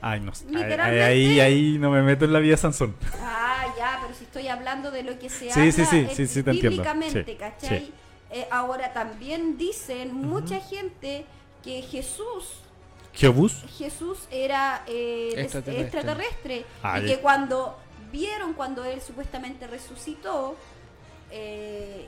[SPEAKER 4] Ay, no sé. Ay, Ahí,
[SPEAKER 5] Literalmente.
[SPEAKER 4] ahí, ahí no me meto en la vida Sansón.
[SPEAKER 5] Ah, ya, pero si estoy hablando de lo que
[SPEAKER 4] Sí,
[SPEAKER 5] se habla
[SPEAKER 4] sí, sí,
[SPEAKER 5] es
[SPEAKER 4] sí, sí, te entiendo.
[SPEAKER 5] bíblicamente,
[SPEAKER 4] Sí,
[SPEAKER 5] ¿cachai?
[SPEAKER 4] sí.
[SPEAKER 5] Eh, ahora también dicen mucha gente que Jesús,
[SPEAKER 4] Geobus.
[SPEAKER 5] Jesús era eh, des-
[SPEAKER 2] Extraterrestre.
[SPEAKER 5] extraterrestre,
[SPEAKER 4] Ay.
[SPEAKER 5] y que cuando vieron cuando él supuestamente resucitó, eh,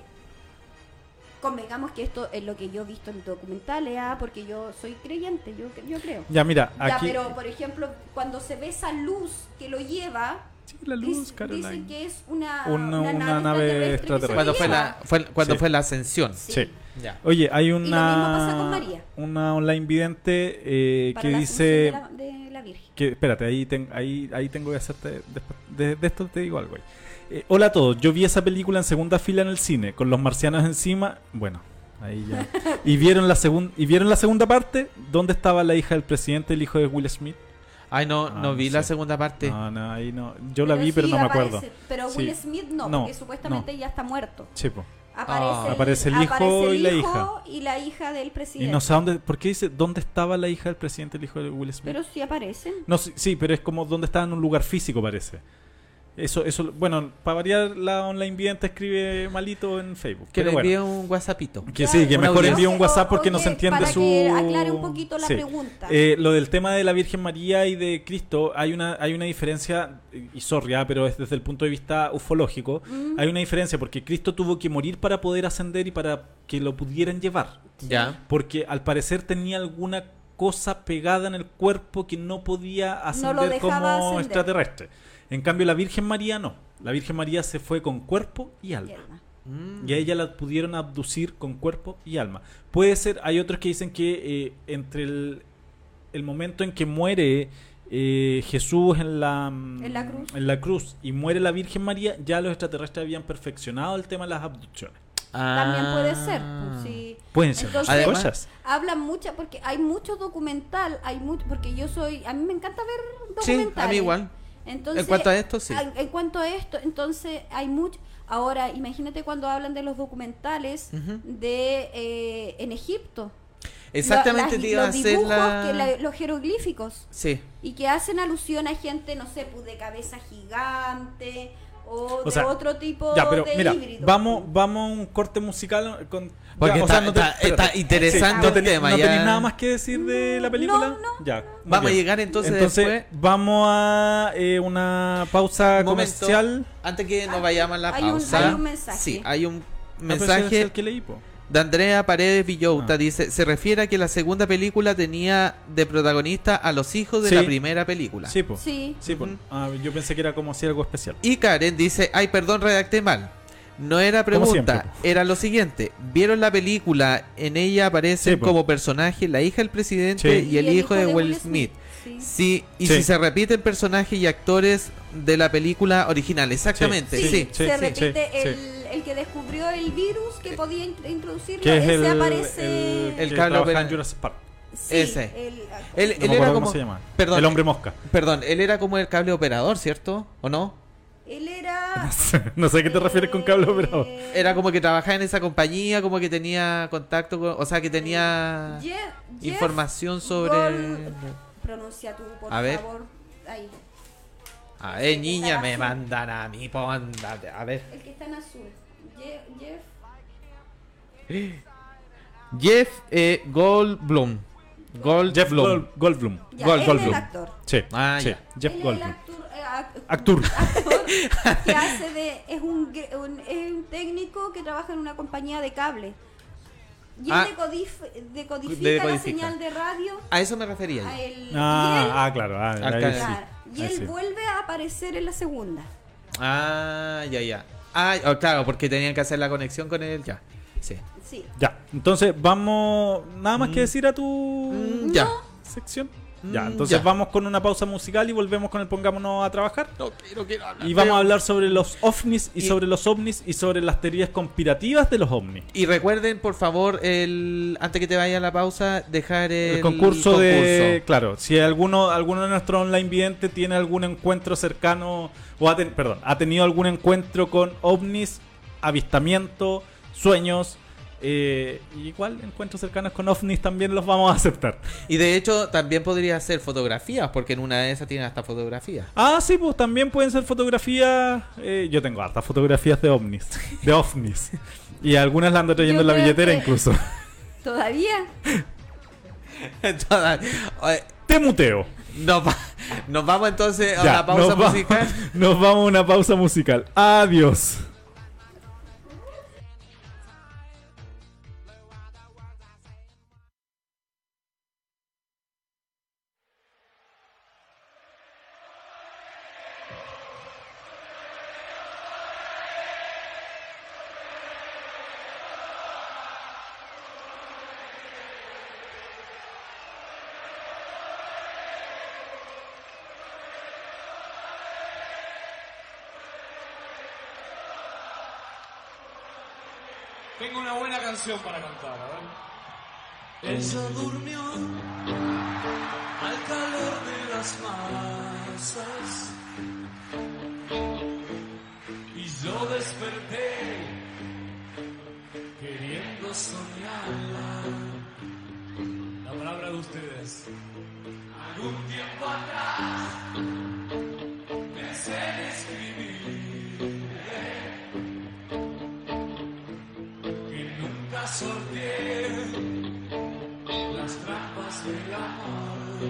[SPEAKER 5] convengamos que esto es lo que yo he visto en documentales, ah, porque yo soy creyente, yo, yo creo.
[SPEAKER 4] Ya, mira,
[SPEAKER 5] Ya,
[SPEAKER 4] aquí.
[SPEAKER 5] pero por ejemplo, cuando se ve esa luz que lo lleva,
[SPEAKER 4] Sí, la luz,
[SPEAKER 5] Dice-
[SPEAKER 4] Caroline.
[SPEAKER 5] Dicen que es una,
[SPEAKER 4] Una- una nave
[SPEAKER 5] que se
[SPEAKER 4] extraterrestre.
[SPEAKER 2] Cuando fue la,
[SPEAKER 5] lleva.
[SPEAKER 2] fue- cuando
[SPEAKER 4] Sí.
[SPEAKER 2] fue la ascensión.
[SPEAKER 5] Sí.
[SPEAKER 4] Sí.
[SPEAKER 2] Ya.
[SPEAKER 4] Oye, hay
[SPEAKER 5] mismo
[SPEAKER 4] una.
[SPEAKER 5] pasa con María.
[SPEAKER 4] Una online vidente eh,
[SPEAKER 5] Para
[SPEAKER 4] que
[SPEAKER 5] la
[SPEAKER 4] dice.
[SPEAKER 5] ascensión De la, de la Virgen.
[SPEAKER 4] Que, espérate, ahí, ten- ahí, ahí tengo que hacerte. después- De, de esto te digo algo. ahí. Eh, hola a todos, yo vi esa película en segunda fila en el cine, con los marcianos encima. Bueno, ahí ya. ¿Y vieron la, segun- y vieron la segunda parte? ¿Dónde estaba la hija del presidente, el hijo de Will Smith?
[SPEAKER 2] Ay, no,
[SPEAKER 4] Ah,
[SPEAKER 2] no vi
[SPEAKER 4] no
[SPEAKER 2] la
[SPEAKER 4] sé. Ah,
[SPEAKER 2] segunda parte.
[SPEAKER 4] No, no, ahí no. Yo la vi,
[SPEAKER 5] sí
[SPEAKER 4] pero no me acuerdo.
[SPEAKER 5] aparece. Pero
[SPEAKER 4] Sí.
[SPEAKER 5] Will Smith no,
[SPEAKER 4] No,
[SPEAKER 5] porque supuestamente ya está muerto.
[SPEAKER 4] Sí, po.
[SPEAKER 5] Aparece,
[SPEAKER 4] Aparece el hijo y la
[SPEAKER 5] hijo y la hija del
[SPEAKER 4] Y
[SPEAKER 5] presidente.
[SPEAKER 4] no sé dónde. ¿Por qué dice dónde estaba la hija del presidente, el hijo de Will Smith?
[SPEAKER 5] pero sí aparecen.
[SPEAKER 4] No, sí, sí, pero es como donde estaba en un lugar físico, parece. Eso, eso, bueno, para variar, la online vidente escribe malito en Facebook.
[SPEAKER 2] Que
[SPEAKER 4] pero
[SPEAKER 2] le
[SPEAKER 4] bueno.
[SPEAKER 2] envíe un WhatsAppito.
[SPEAKER 4] Que sí, que
[SPEAKER 2] Una
[SPEAKER 4] mejor
[SPEAKER 2] audio.
[SPEAKER 4] envíe un WhatsApp
[SPEAKER 5] O-
[SPEAKER 4] porque no
[SPEAKER 5] oye,
[SPEAKER 4] se entiende
[SPEAKER 5] para
[SPEAKER 4] su.
[SPEAKER 5] que aclare un poquito la
[SPEAKER 4] Sí.
[SPEAKER 5] pregunta.
[SPEAKER 4] Eh, lo del tema de la Virgen María y de Cristo, hay una, hay una diferencia, eh, y sorry, ah, pero es desde el punto de vista ufológico,
[SPEAKER 5] Mm.
[SPEAKER 4] hay una diferencia porque Cristo tuvo que morir para poder ascender y para que lo pudieran llevar.
[SPEAKER 2] Ya.
[SPEAKER 4] Porque al parecer tenía alguna cosa pegada en el cuerpo que no podía ascender
[SPEAKER 5] dejaba
[SPEAKER 4] como
[SPEAKER 5] ascender.
[SPEAKER 4] extraterrestre. En cambio, la Virgen María no. La Virgen María se fue con cuerpo y alma.
[SPEAKER 5] Mierda.
[SPEAKER 2] Mm.
[SPEAKER 4] Y a ella la pudieron abducir con cuerpo y alma. Puede ser, hay otros que dicen que eh, entre el, el momento en que muere eh, Jesús en la, mm,
[SPEAKER 5] En la cruz.
[SPEAKER 4] en la cruz y muere la Virgen María, ya los extraterrestres habían perfeccionado el tema de las abducciones.
[SPEAKER 5] También puede ser.
[SPEAKER 2] Mm. Ah.
[SPEAKER 5] pues, sí.
[SPEAKER 4] Pueden ser
[SPEAKER 5] Entonces-
[SPEAKER 4] muchas
[SPEAKER 2] Además-
[SPEAKER 4] cosas.
[SPEAKER 5] hablan mucha porque hay mucho documental hay mucho porque yo soy a mí me encanta ver
[SPEAKER 2] Sí,
[SPEAKER 5] documentales
[SPEAKER 2] a mí igual.
[SPEAKER 5] entonces
[SPEAKER 2] En cuanto a esto, sí.
[SPEAKER 5] a- en cuanto a esto entonces hay mucho ahora imagínate cuando hablan de los documentales
[SPEAKER 2] Ujú.
[SPEAKER 5] de eh, en Egipto
[SPEAKER 2] Exactamente
[SPEAKER 5] Lo- las-
[SPEAKER 2] te iba a
[SPEAKER 5] los
[SPEAKER 2] hacer
[SPEAKER 5] dibujos
[SPEAKER 2] la...
[SPEAKER 5] que la- los jeroglíficos
[SPEAKER 2] Sí.
[SPEAKER 5] y que hacen alusión a gente no sé pues de cabeza gigante o, de
[SPEAKER 4] sea,
[SPEAKER 5] otro tipo
[SPEAKER 4] Ya, pero
[SPEAKER 5] de
[SPEAKER 4] mira,
[SPEAKER 5] híbrido.
[SPEAKER 4] vamos, vamos a un corte musical con...
[SPEAKER 2] Porque
[SPEAKER 4] ya, o
[SPEAKER 2] está-
[SPEAKER 4] sea, no te-
[SPEAKER 2] está- está
[SPEAKER 4] espérate.
[SPEAKER 2] interesante
[SPEAKER 4] no
[SPEAKER 2] el
[SPEAKER 4] tenéis-
[SPEAKER 2] tema,
[SPEAKER 4] ¿No
[SPEAKER 2] ya.
[SPEAKER 4] tenéis nada más que decir de la película?
[SPEAKER 5] No, no,
[SPEAKER 4] Ya, muy
[SPEAKER 2] Vamos a
[SPEAKER 4] bien.
[SPEAKER 2] llegar entonces,
[SPEAKER 4] Entonces,
[SPEAKER 2] después.
[SPEAKER 4] vamos a eh, una pausa
[SPEAKER 2] Momento,
[SPEAKER 4] comercial.
[SPEAKER 2] Antes que nos vayamos a la
[SPEAKER 5] Hay un-
[SPEAKER 2] pausa.
[SPEAKER 5] hay un mensaje.
[SPEAKER 2] Sí, hay un
[SPEAKER 4] Ah, pero ese es
[SPEAKER 2] mensaje
[SPEAKER 4] el que leí, po.
[SPEAKER 2] de Andrea Paredes Villota.
[SPEAKER 4] Ah.
[SPEAKER 2] Dice, se refiere a que la segunda película tenía de protagonista a los hijos de
[SPEAKER 4] Sí.
[SPEAKER 2] la primera película.
[SPEAKER 4] Sí, po.
[SPEAKER 5] sí
[SPEAKER 4] Sí, po.
[SPEAKER 2] Ujú.
[SPEAKER 4] Ah, yo pensé que era como si algo especial.
[SPEAKER 2] Y Karen dice, ay, perdón, redacté mal. No era
[SPEAKER 4] Como
[SPEAKER 2] pregunta,
[SPEAKER 4] siempre.
[SPEAKER 2] era lo siguiente. ¿Vieron la película? En ella aparecen
[SPEAKER 4] Sí, po.
[SPEAKER 2] como personaje la hija del presidente
[SPEAKER 4] Sí.
[SPEAKER 2] y, el, hijo de, Will Smith.
[SPEAKER 5] sí.
[SPEAKER 2] Sí, y
[SPEAKER 4] Sí.
[SPEAKER 2] si se repiten personajes y actores de la película original. Exactamente,
[SPEAKER 4] Sí,
[SPEAKER 2] sí.
[SPEAKER 5] se
[SPEAKER 4] sí,
[SPEAKER 5] repite
[SPEAKER 4] sí, Eh,
[SPEAKER 5] el, el que descubrió el virus que podía in- introducirlo,
[SPEAKER 4] Que es
[SPEAKER 5] ese
[SPEAKER 4] el.
[SPEAKER 5] aparece.
[SPEAKER 4] El, que
[SPEAKER 2] Carlos
[SPEAKER 4] trabaja
[SPEAKER 2] Pérez.
[SPEAKER 4] en Jurassic Park.
[SPEAKER 5] sí,
[SPEAKER 2] ese.
[SPEAKER 5] el-
[SPEAKER 2] Él,
[SPEAKER 4] No
[SPEAKER 2] él
[SPEAKER 4] me
[SPEAKER 2] era
[SPEAKER 4] acuerdo
[SPEAKER 2] como.
[SPEAKER 4] cómo se llama.
[SPEAKER 2] Perdón,
[SPEAKER 4] el hombre mosca.
[SPEAKER 2] Perdón, él era como el cable operador, ¿cierto? ¿O no?
[SPEAKER 5] él era.
[SPEAKER 4] no sé a qué te refieres con cable operador.
[SPEAKER 5] eh,
[SPEAKER 2] Era como que trabajaba en esa compañía, como que tenía contacto con. O sea, que tenía.
[SPEAKER 5] Je- Jeff
[SPEAKER 2] información sobre-
[SPEAKER 5] Gold- Pronuncia tú, por
[SPEAKER 2] A ver.
[SPEAKER 5] favor. Ahí.
[SPEAKER 2] A ver, Ah, eh, niña, me
[SPEAKER 5] Así.
[SPEAKER 2] mandan a mí, póndate. A ver.
[SPEAKER 5] El que está en azul. Je- Jeff
[SPEAKER 2] Jeff eh, Goldblum. Gold
[SPEAKER 4] Jeff
[SPEAKER 2] Blum.
[SPEAKER 4] Gold- Goldblum.
[SPEAKER 5] Ya,
[SPEAKER 2] Gol-
[SPEAKER 5] él
[SPEAKER 2] Goldblum.
[SPEAKER 5] es el actor.
[SPEAKER 4] Sí,
[SPEAKER 2] Ah,
[SPEAKER 4] sí,
[SPEAKER 2] ya.
[SPEAKER 4] Jeff
[SPEAKER 5] él es el
[SPEAKER 4] Goldblum.
[SPEAKER 5] actor, eh, ac-
[SPEAKER 4] Actor.
[SPEAKER 5] actor que hace de. Es un, gr- un- es un técnico que trabaja en una compañía de cable. Y él
[SPEAKER 2] Ah.
[SPEAKER 5] decodif- decodifica, la
[SPEAKER 2] Decodifica.
[SPEAKER 5] señal de radio
[SPEAKER 2] A eso me refería. yo.
[SPEAKER 5] a él. y él,
[SPEAKER 4] Ah, ah, claro. Ah,
[SPEAKER 2] Ah,
[SPEAKER 4] ahí
[SPEAKER 2] claro.
[SPEAKER 4] sí,
[SPEAKER 5] claro, y
[SPEAKER 4] ahí
[SPEAKER 5] él
[SPEAKER 4] sí.
[SPEAKER 5] vuelve a aparecer en la segunda.
[SPEAKER 2] Ah, ya, ya. Ah, oh, claro, porque tenían que hacer la conexión con él, ya. Sí.
[SPEAKER 5] Sí.
[SPEAKER 4] Ya, entonces vamos. Nada más que decir a tu
[SPEAKER 2] Mm, ya.
[SPEAKER 4] sección.
[SPEAKER 2] Mm,
[SPEAKER 4] Ya, entonces
[SPEAKER 2] ya.
[SPEAKER 4] vamos con una pausa musical y volvemos con el Pongámonos a trabajar.
[SPEAKER 2] No quiero, quiero hablar.
[SPEAKER 4] Y vamos a hablar sobre los ovnis y,
[SPEAKER 2] Y-
[SPEAKER 4] sobre los ovnis y sobre las teorías conspirativas de los ovnis.
[SPEAKER 2] Y recuerden, por favor, el antes que te vaya a la pausa, dejar el,
[SPEAKER 4] El, concurso, de. Claro, si alguno, alguno de nuestros online videntes tiene algún encuentro cercano. O ha, ten- perdón, ha tenido algún encuentro con ovnis, avistamiento, sueños. eh, igual encuentros cercanos con ovnis también los vamos a aceptar.
[SPEAKER 2] Y de hecho, también podría hacer fotografías, porque en una de esas tienen hasta fotografías.
[SPEAKER 4] Ah, sí, pues también pueden ser fotografías. eh, yo tengo hartas fotografías de ovnis. De ovnis. Y algunas las ando trayendo
[SPEAKER 5] Yo
[SPEAKER 4] en la
[SPEAKER 5] creo
[SPEAKER 4] billetera
[SPEAKER 5] que-
[SPEAKER 4] incluso.
[SPEAKER 5] Todavía.
[SPEAKER 2] Entonces, eh,
[SPEAKER 4] Te muteo.
[SPEAKER 2] nos, va- nos vamos entonces a
[SPEAKER 4] Ya,
[SPEAKER 2] la pausa
[SPEAKER 4] nos vamos-
[SPEAKER 2] musical.
[SPEAKER 4] nos vamos a una pausa musical. Adiós.
[SPEAKER 6] Tengo una buena canción para cantar, a Eh. ver. Ella durmió al calor de las masas y yo desperté queriendo soñarla. La palabra de ustedes. Algún tiempo atrás pensé en escribir que nunca solté las trampas del amor.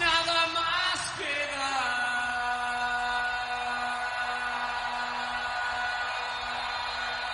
[SPEAKER 6] Nada más que dar.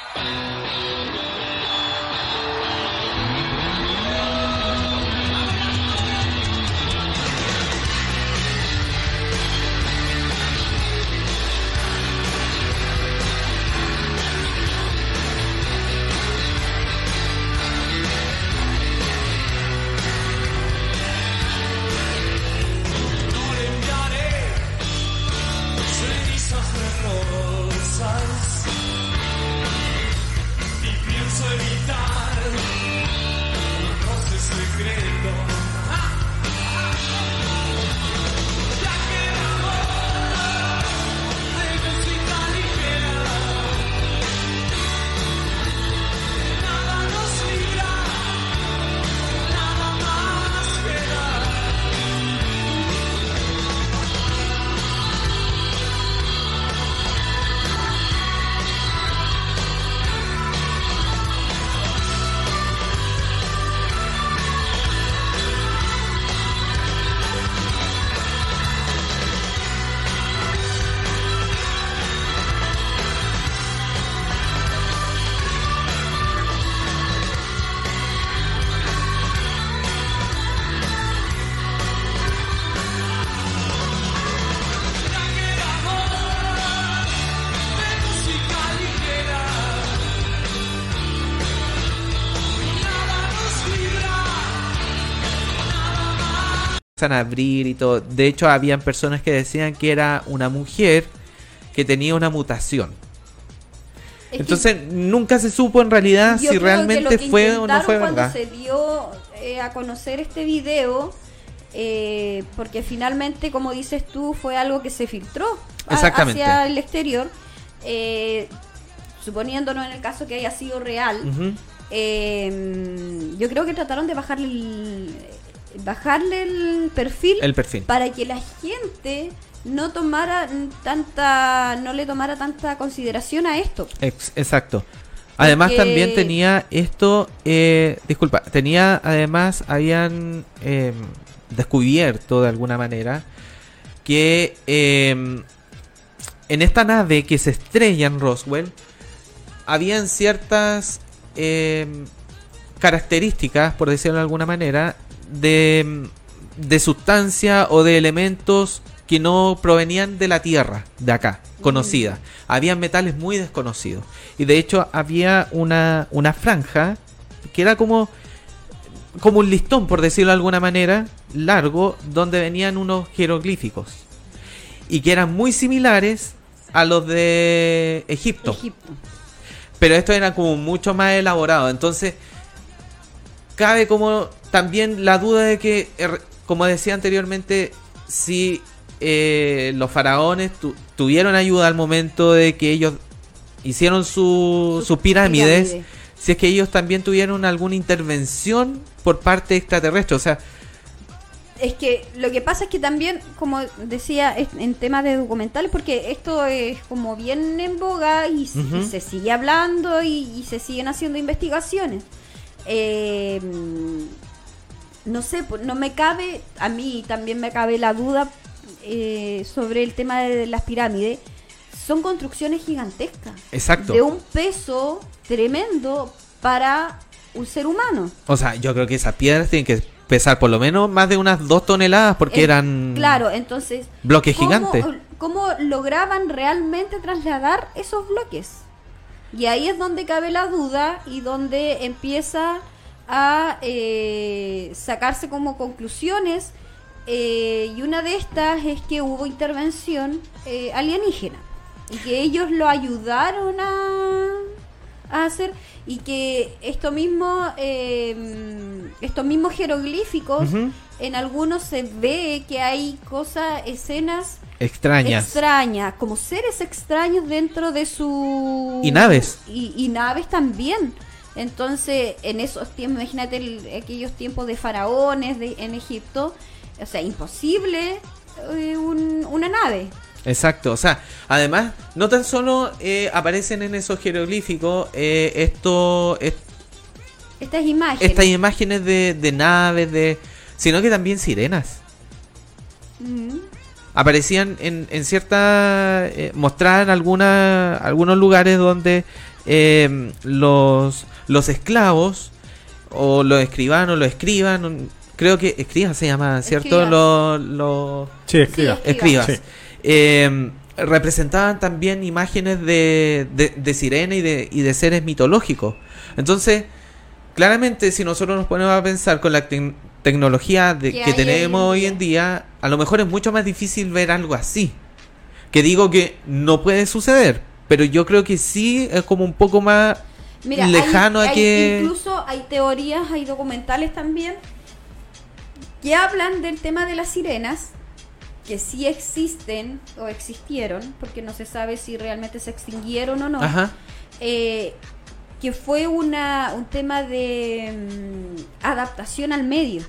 [SPEAKER 2] empiezan a abrir y todo. De hecho, habían personas que decían que era una mujer que tenía una mutación.
[SPEAKER 5] Es que
[SPEAKER 2] Entonces, nunca se supo en realidad
[SPEAKER 5] yo
[SPEAKER 2] Ah, si
[SPEAKER 5] creo que lo
[SPEAKER 2] realmente
[SPEAKER 5] que
[SPEAKER 2] fue o no
[SPEAKER 5] intentaron
[SPEAKER 2] fue
[SPEAKER 5] cuando
[SPEAKER 2] verdad.
[SPEAKER 5] se dio eh, a conocer este video, eh, porque finalmente, como dices tú, fue algo que se filtró a-
[SPEAKER 2] Exactamente.
[SPEAKER 5] hacia el exterior, eh, suponiéndonos en el caso que haya sido real.
[SPEAKER 2] Ujú.
[SPEAKER 5] eh, yo creo que trataron de bajarle el, bajarle el perfil
[SPEAKER 2] El perfil.
[SPEAKER 5] para que la gente no tomara mm, tanta no le tomara tanta consideración a esto
[SPEAKER 2] Ex- exacto. Además
[SPEAKER 5] Porque-
[SPEAKER 2] también tenía esto, eh, disculpa, tenía además, habían eh, descubierto de alguna manera que eh, en esta nave que se estrella en Roswell, habían ciertas eh, características, por decirlo de alguna manera, de, em, de sustancia o de elementos que no provenían de la Tierra, de acá, conocida. Habían metales muy desconocidos. Y de hecho había una, una franja que era como, como un listón, por decirlo de alguna manera, largo, donde venían unos jeroglíficos. Y que eran muy similares a los de Egipto.
[SPEAKER 5] Egipto.
[SPEAKER 2] Pero esto era como mucho más elaborado. Entonces, cabe como también la duda de que, er- como decía anteriormente, si eh, los faraones tu- tuvieron ayuda al momento de que ellos hicieron su-
[SPEAKER 5] Sus
[SPEAKER 2] sus pirámides,
[SPEAKER 5] pirámides.
[SPEAKER 2] si es que ellos también tuvieron alguna intervención por parte extraterrestre. O sea,
[SPEAKER 5] Es que lo que pasa es que también, como decía, es- en temas de documentales, porque esto es como bien en boga y, s-
[SPEAKER 2] Ujú.
[SPEAKER 5] y se sigue hablando y, y se siguen haciendo investigaciones. Eh, no sé, pues, no me cabe, a mí también me cabe la duda eh, sobre el tema de las pirámides. Son construcciones gigantescas.
[SPEAKER 2] Exacto.
[SPEAKER 5] De un peso tremendo para un ser humano.
[SPEAKER 2] o sea, yo creo que esas piedras tienen que pesar por lo menos más de unas dos toneladas porque
[SPEAKER 5] Eh,
[SPEAKER 2] eran...
[SPEAKER 5] Claro, entonces.
[SPEAKER 2] Bloques
[SPEAKER 5] ¿cómo-
[SPEAKER 2] gigantes.
[SPEAKER 5] ¿Cómo lograban realmente trasladar esos bloques? Y ahí es donde cabe la duda y donde empieza a eh, sacarse como conclusiones. eh, y una de estas es que hubo intervención eh, alienígena y que ellos lo ayudaron a a hacer y que esto mismo eh, estos mismos jeroglíficos
[SPEAKER 2] Ujú.
[SPEAKER 5] en algunos se ve que hay cosas escenas
[SPEAKER 2] Extrañas.
[SPEAKER 5] extrañas como seres extraños dentro de su
[SPEAKER 2] Y naves.
[SPEAKER 5] y, y naves también entonces en esos tiempos imagínate el- aquellos tiempos de faraones de- en Egipto o sea imposible eh, un- una nave
[SPEAKER 2] Exacto, o sea, además, no tan solo eh, aparecen en esos jeroglíficos eh, esto, est-
[SPEAKER 5] estas imágenes
[SPEAKER 2] estas imágenes de, de naves, de, sino que también sirenas.
[SPEAKER 5] Mm.
[SPEAKER 2] Aparecían en, en cierta... eh, mostraban alguna, algunos lugares donde eh, los, los esclavos o los escribanos, los escriban, un- creo que escribas se llama, ¿cierto?
[SPEAKER 5] Escribas.
[SPEAKER 2] Los... los
[SPEAKER 4] Sí, escriba.
[SPEAKER 5] Sí,
[SPEAKER 2] escribas.
[SPEAKER 4] Sí.
[SPEAKER 2] Eh, representaban también imágenes de, de, de sirena y de, y de seres mitológicos. Entonces, claramente, si nosotros nos ponemos a pensar con la tec- tecnología de-
[SPEAKER 5] Que
[SPEAKER 2] que
[SPEAKER 5] hay
[SPEAKER 2] tenemos hoy en día, a lo mejor es mucho más difícil ver algo así. Que digo que no puede suceder, pero yo creo que sí es como un poco más
[SPEAKER 5] hay-
[SPEAKER 2] lejano a
[SPEAKER 5] hay-
[SPEAKER 2] que...
[SPEAKER 5] Incluso hay teorías, hay documentales también que hablan del tema de las sirenas, que sí existen o existieron, porque no se sabe si realmente se extinguieron o no.
[SPEAKER 2] Ajá,
[SPEAKER 5] eh, que fue una, un tema de mm, adaptación al medio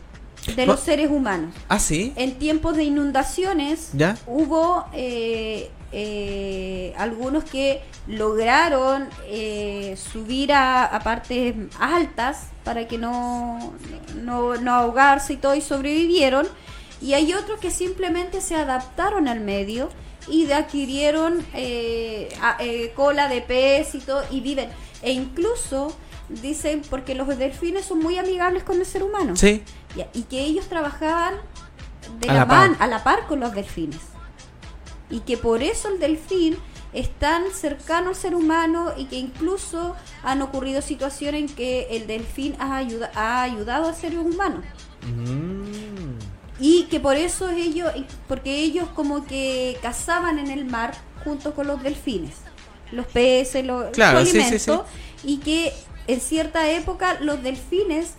[SPEAKER 5] de
[SPEAKER 2] Ma-
[SPEAKER 5] los seres humanos.
[SPEAKER 2] ah, sí,
[SPEAKER 5] En tiempos de inundaciones
[SPEAKER 2] ¿Ya?
[SPEAKER 5] hubo eh, eh, algunos que lograron eh, subir a, a partes altas para que no, no, no ahogarse y todo y sobrevivieron. Y hay otros que simplemente se adaptaron al medio y de- adquirieron eh, a- eh, cola de pez y todo y viven. E incluso dicen, porque los delfines son muy amigables con el ser humano.
[SPEAKER 2] sí,
[SPEAKER 5] Ya, y que ellos trabajaban de
[SPEAKER 2] A
[SPEAKER 5] la
[SPEAKER 2] la
[SPEAKER 5] man-
[SPEAKER 2] par.
[SPEAKER 5] a la par con los delfines. Y que por eso el delfín es tan cercano al ser humano y que incluso han ocurrido situaciones
[SPEAKER 2] Mm.
[SPEAKER 5] en que el delfín ha, ayuda- ha ayudado al ser humano. Y que por eso ellos, porque ellos como que cazaban en el mar junto con los delfines, los peces, los
[SPEAKER 2] Claro,
[SPEAKER 5] su
[SPEAKER 2] sí, sí,
[SPEAKER 5] alimento, y que en cierta época los delfines